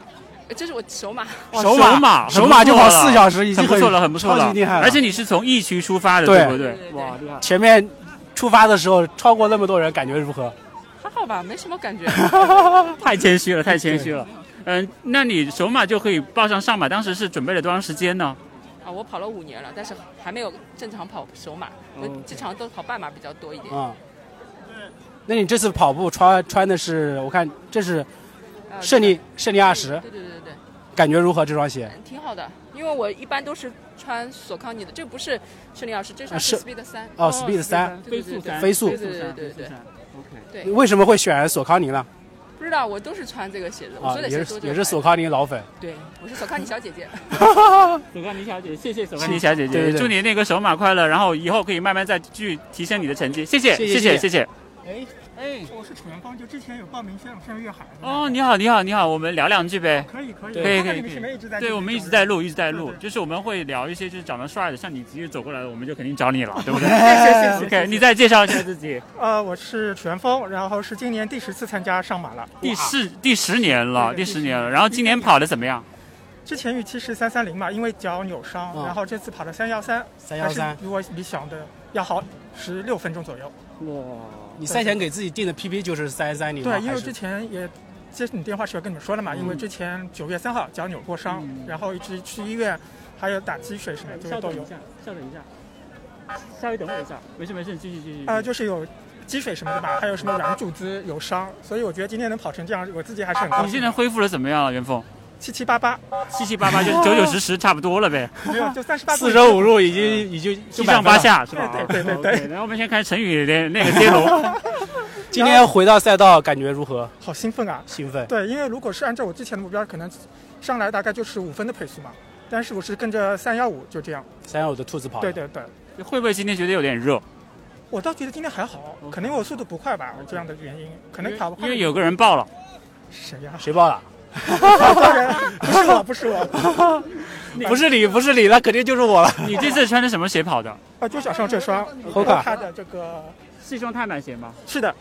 呃这是我首马，
哇
手马
马
啊
马
手马就跑四小时已经
很不错了，
很
很不错了，
超级厉害了
而且你是从疫区出发的，
对
不对？哇，厉害！
前面出发的时候超过那么多人，感觉如何？
还好吧，没什么感觉。
太谦虚了，太谦虚了。嗯、那你首马就可以报上上马，当时是准备了多长时间呢？
啊，我跑了五年了，但是还没有正常跑首马，我
嗯
经常都跑半马比较多一点。
啊、那你这次跑步穿穿的是，我看这是
呃
胜利
对
胜利二十
对对对对对，
感觉如何？这双鞋？
挺好的，因为我一般都是穿索康尼的，这不是胜利二十，这
啊
双是
是
Speed 三。
哦，Speed 三
对对对对
飞速
对对对对对。对，
为什么会选索康尼呢？
不知道，我都是穿这个鞋子，我
啊
说，的
也
鞋
是
多
也是索康尼老粉。
对，我是索康尼小姐姐。
索康尼小姐，谢谢索
康
安妮小姐姐，
对对对
祝你那个首马快乐，然后以后可以慢慢再去提升你的成绩。谢谢，
谢谢
谢
谢谢
谢谢。
哎哎，我是楚元芳，就之前有报名向向粤海。
哦，你好，你好，你好，我们聊两句呗。
哦可以可以
可
我
以
看
可
你
以
们前面一直在
对，
就是
我们一
找
直
人
在录，一直在录，就是我们会聊一些就是长得帅的，像你直接走过来，我们就肯定找你了，对不对？
谢谢谢 谢
OK，你再介绍一下自己。
呃，我是楚元芳，然后是今年第十次参加上马了。
第四第十年了，
对对
第
第
十
十
年了。然后今年跑的怎么样？
之前预期是三三零嘛，因为脚扭伤，
嗯
然后这次跑了三幺三，
313
还是比我理想的要好十六分钟左右。
哇！
你赛前给自己定的 PP 就是三三零。
对，因
还
为
是
之前也接你电话时候跟你们说了嘛，因为之前九月三号脚扭过伤，然后一直去医院，还有打鸡血什么就是都有。，
稍等一下，稍微等我一下，没事没事，你继续继续。啊
呃，就是有积水什么的吧，还有什么软骨资有伤，所以我觉得今天能跑成这样，我自己还是很高
啊你
兴
现
的。
在恢复的怎么样了，元峰？
七七八八，
七七八八就
哦
九九十十差不多了 呗。
没有就三十八。
45路已经已经七上八下是吧？
对 对对对对
OK，然后我们先看成语的那个接龙。
今天回到赛道感觉如何？
好兴奋啊！
兴奋。
对，因为如果是按照我之前的目标，可能上来大概就是五分的配速嘛，但是我是跟着三幺五就这样。
三幺五的兔子跑。
对对对，
会不会今天觉得有点热？
我倒觉得今天还好，可能我速度不快吧，这样的原因，可能跑不快。
因为有个人爆了。
谁呀、
谁爆了？
不是我，不是我，
不 是你，不是你，那肯定就是我了。
你这次穿的什么鞋跑的？
啊，就脚上这双
Hoka
它的这个
是一双碳板鞋吗？
是的，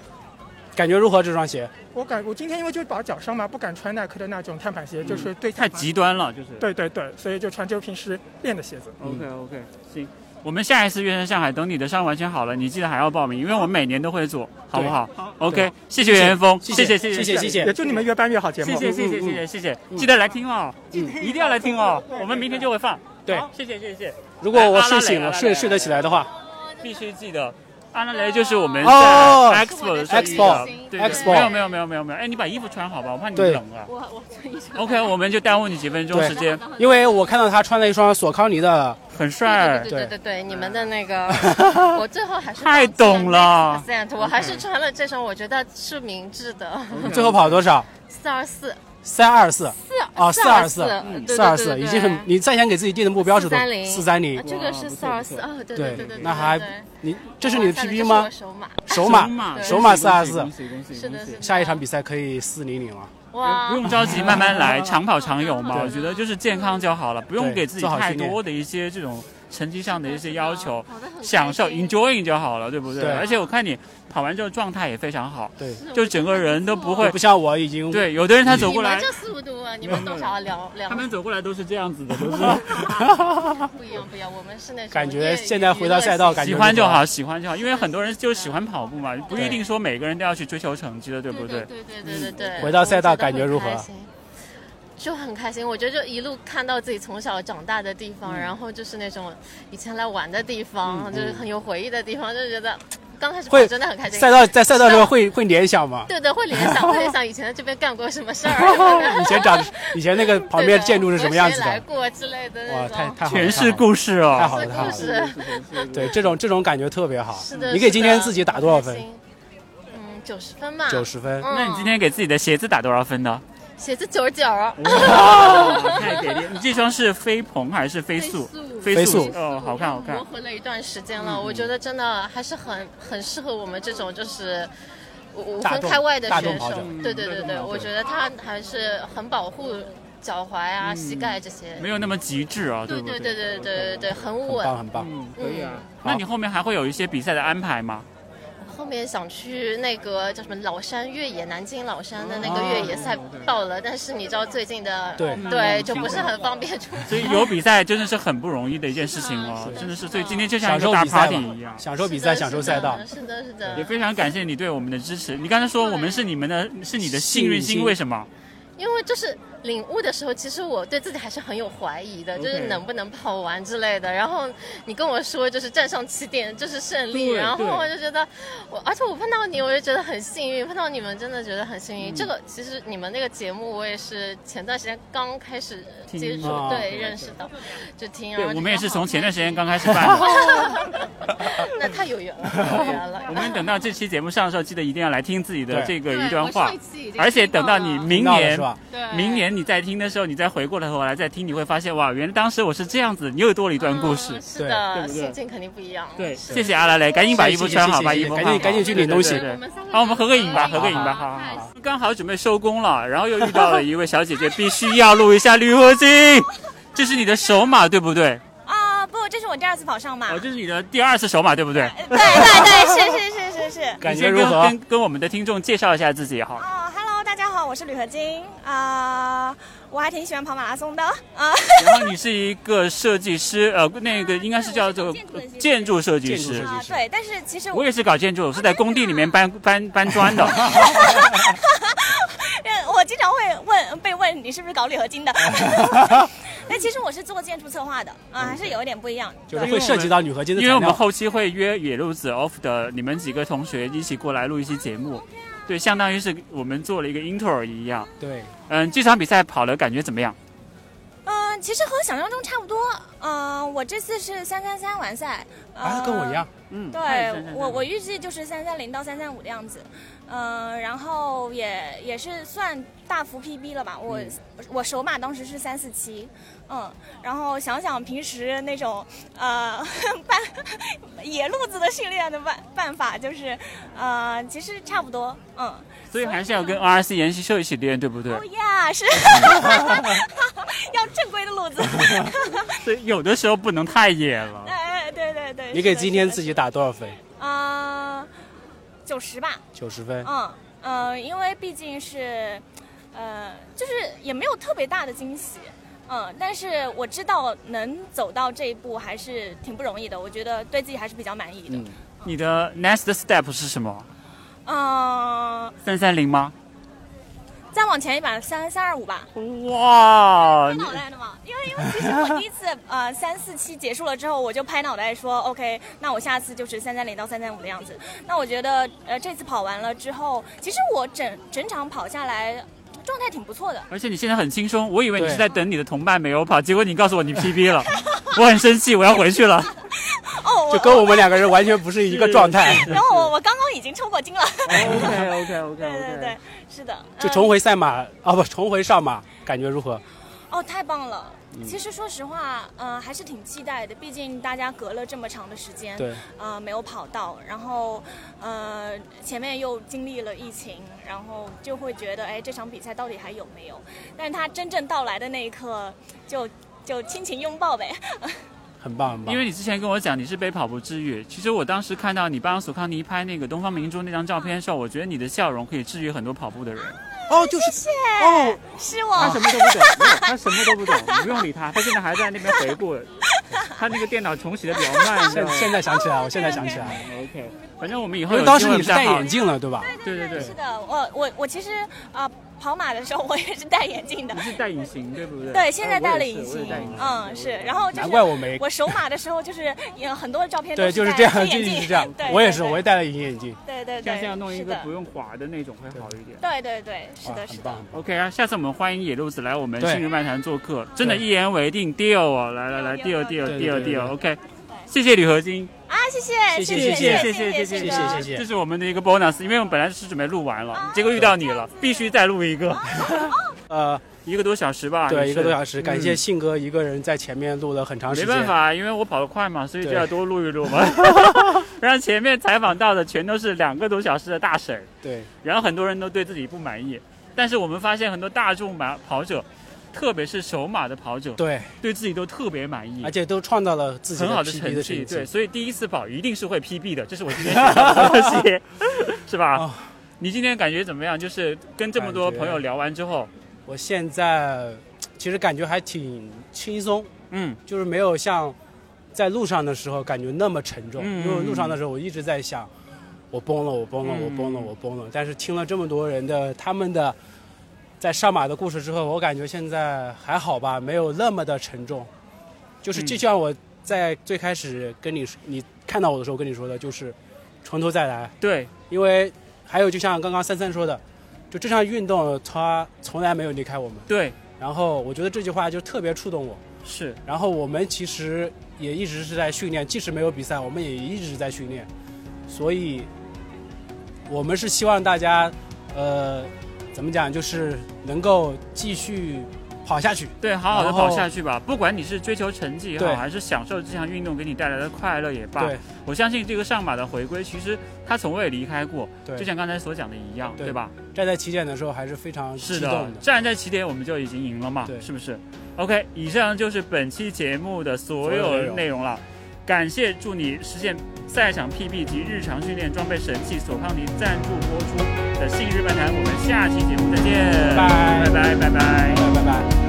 感觉如何？这双鞋？
我感我今天因为就是绑脚伤嘛，不敢穿耐克的那种碳板鞋，就是对
太极端了，就是。
对对对，所以就穿就平时练的鞋子。
OK OK，行，我们下一次约在上海，等你的伤完全好了，你记得还要报名，因为我们每年都会做，好不好？OK，谢谢元峰，谢谢谢谢
也祝你们越办越好节目。嗯
谢谢谢谢
嗯
谢谢谢谢，记得来听哦，
嗯
一定要来听哦，我们明天就会放。
对
好，谢谢谢谢。
如果我
阿拉
睡
蕾
醒
阿
了，
拉蕾
睡睡得起来的话，
必须记得，阿拉蕾就是我们在
哦
Expo 的时候遇到
Expo
对对
Expo
没有没有没有没有没有，哎，你把衣服穿好吧，我怕你
对
冷啊。OK，我们就耽误你几分钟
对
时间。
因为我看到他穿了一双索康尼的，
很帅
对
对对对对，你们的那 个，我最后还是
太懂了嗯
p e n t 我还是穿了这双，我觉得是明智的。
最 后跑多少？
四二四，
三二四，啊，四二四，
424
四二四，
嗯对对对对对
已经很，你赛前给自己定的目标是多少？
430
四三零
啊，这个是四二四，哦，对对对，
那还
对对
你这是你的
哇塞
PB 吗
这是？我
首
首
马
马，
首马四二四
恭喜恭喜恭喜，是的是的
下一场比赛可以四零零了。
哇，
不用着急，慢慢来，长跑长有嘛。我觉得就是健康就好了，不用
对
给自己
做好
太
训练
多的一些这种成绩上的一些要求，享受 enjoying 就好了，对不对？
对
而且我看你跑完之后状态也非常好，
对，
就整个人都不会
不像我已经
对，有的人他走过
你
来
们这速度，啊你们多少聊聊？
他们走过来都是这样子的，都 是
不一样不一样，我们是那种
感
业
觉
余
现在回到赛道，感觉啊
喜欢就
如何
好，。喜欢就好，因为很多人就喜欢跑步嘛，不一定说每个人都要去追求成绩的，对嗯不对？
对对对对对，
回到赛道感觉
我
如
得
何
很？开心就很开心，我觉得就一路看到自己从小长大的地
嗯
方，然后就是那种以前来玩的地方，
嗯
就是很有回忆的地方，就觉得刚开始跑
会
真的很开心。啊
赛道在赛道上会会联想 吗？
对对，会联 想，会联想以前在这边干过什么事儿，
以前长以前那个旁边的建筑是什么样子
和谁来
的？
过之类的
哇，
那
太
种。
太好了，
全是故事哦
太好了，太好
故
了。
事，
对，这种这种感觉特别好。
是的
你给
是
今天
的
自己打多少分？
嗯，九十分嘛，
90分
嗯
那你今天给自己的鞋子打多少分 呢？
写字九十九，
太
嗯
给力！你这双是飞鹏还是飞速？
飞速
速
飞速
哦，好看好看
磨。合了一段时间了，
嗯嗯
我觉得真的还是很很适合我们这种就是五五
大
分
众
开外的
大众
选
跑
手
者。
对对对对，我觉得他还是很保护脚踝啊、膝盖这些。
没有那么极致啊，
对
不嗯
对对对对对，很稳。
棒。
可以啊
那你后面还会有一些比赛的安排吗？
后面想去那个叫什么老山越野，南京老山的那个越野赛报了，但是你知道最近的
对
就不是很方便出
所以有比赛真的是很不容易的一件事情
啊
哦，真的是。所以今天就像
享
一个
受
大
比赛
party
嘛
一样，
享受比赛，享受赛道。
是的，是
也
的，
非常感谢
啊
你对我们的支持。你刚才说我们是你们的，是你的幸
幸
运
运
星，
星
为什么？
因为就是领悟的时候，其实我对自己还是很有怀疑的，
OK
就是能不能跑完之类的。然后你跟我说，就是站上起点就是胜利，
对
然后
对
我就觉得我，而且我碰到你，我就觉得很幸运，碰到你们真的觉得很幸运。
嗯
这个其实你们那个节目，我也是前段时间刚开始
听
接触，
啊
对，
对
认识到就听，然
对
后，
我
就
们也
觉
是
得
从
好
前段时间刚开始 办的。
那太有缘了，太有缘了。
我们等到这期节目上的时候，记得一定要来听自己的这个
对
一段话
我上一期已，经
而且等到你明
听到了
年
是吧，
明年你再听的时候，你再回过头来再听，你会发现哇，原来当时我是这样子，你又多了一段故事，
嗯是的，
对不对
心？情肯定不一样。
对，
是
谢谢阿来来，赶紧把衣服穿好，
谢谢
把
谢谢
衣服换
赶紧
好
赶紧去领东西
对对对好，我们合个影吧，合个影吧，好好好。刚好准备收工了，然后又遇到了一位小姐姐，必须要录一下铝合金。这是你的首马对不对？
啊，不，这是我第二次跑上马。
哦，这是你的第二次首马对不对？
对对对，是是是是 是。
你先跟跟跟我们的听众介绍一下自己好了。
哦，Hello，大家好，我是铝合金啊、我还挺喜欢跑马拉松的啊。
然后你是一个设计师，呃，那个应该是叫做建筑设计师。
啊，对，但是其实
我也是搞建筑，我是在工地里面搬 搬搬砖的。
呃我经常会问被问你是不是搞铝合金的，但其实我是做建筑策划的啊，还是有一点不一样。
就是会涉及到铝合金的材
因
料
为我们后期会约野路子 off 的你们几个同学一起过来录一期节目，对，相当于是我们做了一个 intro 一样。
对，
嗯，这场比赛跑的感觉怎么样？
嗯、其实和想象中差不多。嗯、我这次是三三三完赛，呃、
啊，跟我一样，嗯，
对我，我预计就是三三零到三三五的样子，嗯、然后也也是算大幅 PB 了吧。我、
嗯
我首马当时是三四七，嗯，然后想想平时那种呃办野路子的训练的办办法，就是呃其实差不多，嗯，
所以还是要跟 RC 研习社一起练，对不对？
呀、是要正规的路子，
所以有的时候不能太野了。
哎，对对对，
你给今天自己打多少分？
啊九十吧，
九十分。
嗯，呃，因为毕竟是，呃，就是也没有特别大的惊喜，嗯，但是我知道能走到这一步还是挺不容易的，我觉得对自己还是比较满意的。
嗯，你的 next step 是什么？
嗯，
三三零吗？
再往前一把，三三二五吧。
哇！你
脑袋的嘛，因为因为其实我第一次呃三四期结束了之后，我就拍脑袋说 OK，那我下次就是三三零到三三五的样子。那我觉得呃这次跑完了之后，其实我整整场跑下来状态挺不错的。
而且你现在很轻松，我以为你是在等你的同伴没有跑，结果你告诉我你 PB 了，我很生气，我要回去了。
哦，我
就跟我们两个人完全不是一个状态，
然后我我刚刚已经抽过筋了。
OK OK OK。
对对对，是的。
就
嗯
重回赛马啊，不，重回上马，感觉如何？
哦，太棒了！
嗯
其实说实话，嗯、还是挺期待的，毕竟大家隔了这么长的时间，
对
呃，没有跑到，然后，呃，前面又经历了疫情，然后就会觉得，哎，这场比赛到底还有没有？但是他真正到来的那一刻，就就亲情拥抱呗。
很棒，很棒。
因为你之前跟我讲你是被跑步治愈，其实我当时看到你帮索康尼拍那个东方明珠那张照片的时候，我觉得你的笑容可以治愈很多跑步的人。
哦，就是
谢谢，哦，是我，
他啊什么都不懂，没有他什么都不懂，你不用理他，他现在还在那边回顾，他那个电脑重启的比较慢。
现现在想起来，我现在想起来。
OK，反正我们以
因
后有
为
机
当时
会
你是
再
戴
好
眼镜了，对吧？
对对对
是，的，我我我其实啊、跑马的时候我也是戴眼镜的
你，是戴隐形对不对？
对，现在
哎我也
戴了
是
隐
我也
形
戴隐，形
嗯，是，嗯然后就是
难怪我没
我手码的时候就是有很多照片都
对，就是
戴
这样，
黑
就
眼
一
镜。
直这样
对
我也是，
对
我也戴了隐形眼镜。
对对
像
对，
现在弄一
是
个
的
不用滑的那种会好一点。
对对对，是的，是的。
棒。
OK 啊，下次我们欢迎野路子来我们
对
信日漫谈做客，真的，
对
一言为定，deal 哦，来来来
对
，deal deal
对
deal
对对
deal OK，谢谢铝合金，
啊，谢
谢
谢，
谢
谢谢
谢
谢
谢
谢哦
谢谢，这是我们的一个 bonus，因为我们本来是准备录完了，结果遇到你了，必须再录一个，
呃，
一个多小时吧，也
对，
是
一个多小时，感谢
嗯
信哥一个人在前面录了很长时
没
间。
办，法，因为我跑得快嘛，所以就
对
要多录一录嘛， 让前面采访到的全都是两个多小时的大神。
对，
然后很多人都对自己不满意，但是我们发现很多大众马跑者，特别是首马的跑者，
对，
对自己都特别满意，
而且都创造了自己
很好的
PB
成
的
绩，
成绩。
对，所以第一次跑一定是会 PB 的，这是我今天学到的东 西， 是吧？你今天感觉怎么样？就是跟这么多
哦感觉
朋友聊完之后，
我现在其实感觉还挺轻松，
嗯，
就是没有像在路上的时候感觉那么沉重，
嗯
因为路上的时候我一直在想，我崩了，我崩了，我崩了，我崩了。但是听了这么多人的他们的在上马的故事之后，我感觉现在还好吧，没有那么的沉重。就是
嗯
就像我在最开始跟你说，你看到我的时候跟你说的，就是从头再来。
对，
因为还有就像刚刚三三说的，就这项运动它从来没有离开我们。
对。
然后我觉得这句话就特别触动我。
是。
然后我们其实也一直是在训练，即使没有比赛，我们也一直在训练。所以，我们是希望大家，呃，怎么讲，就是能够继续跑下去。
对，好好的
然后
跑下去吧。不管你是追求成绩也好，
对
还是享受这项运动给你带来的快乐也罢
对，
我相信这个上马的回归，其实它从未离开过。
对
就像刚才所讲的一样，对吧？？
站在起点的时候还是非常激
是
动
的，站在起点我们就已经赢了嘛，是不是？OK，以上就是本期节目的所
所有内
有
容
内容了。感谢祝你实现赛场 PB 及日常训练装备神器索康尼赞助播出的《信日漫谈》，我们下期节目再见，
拜
拜拜拜拜
拜拜拜。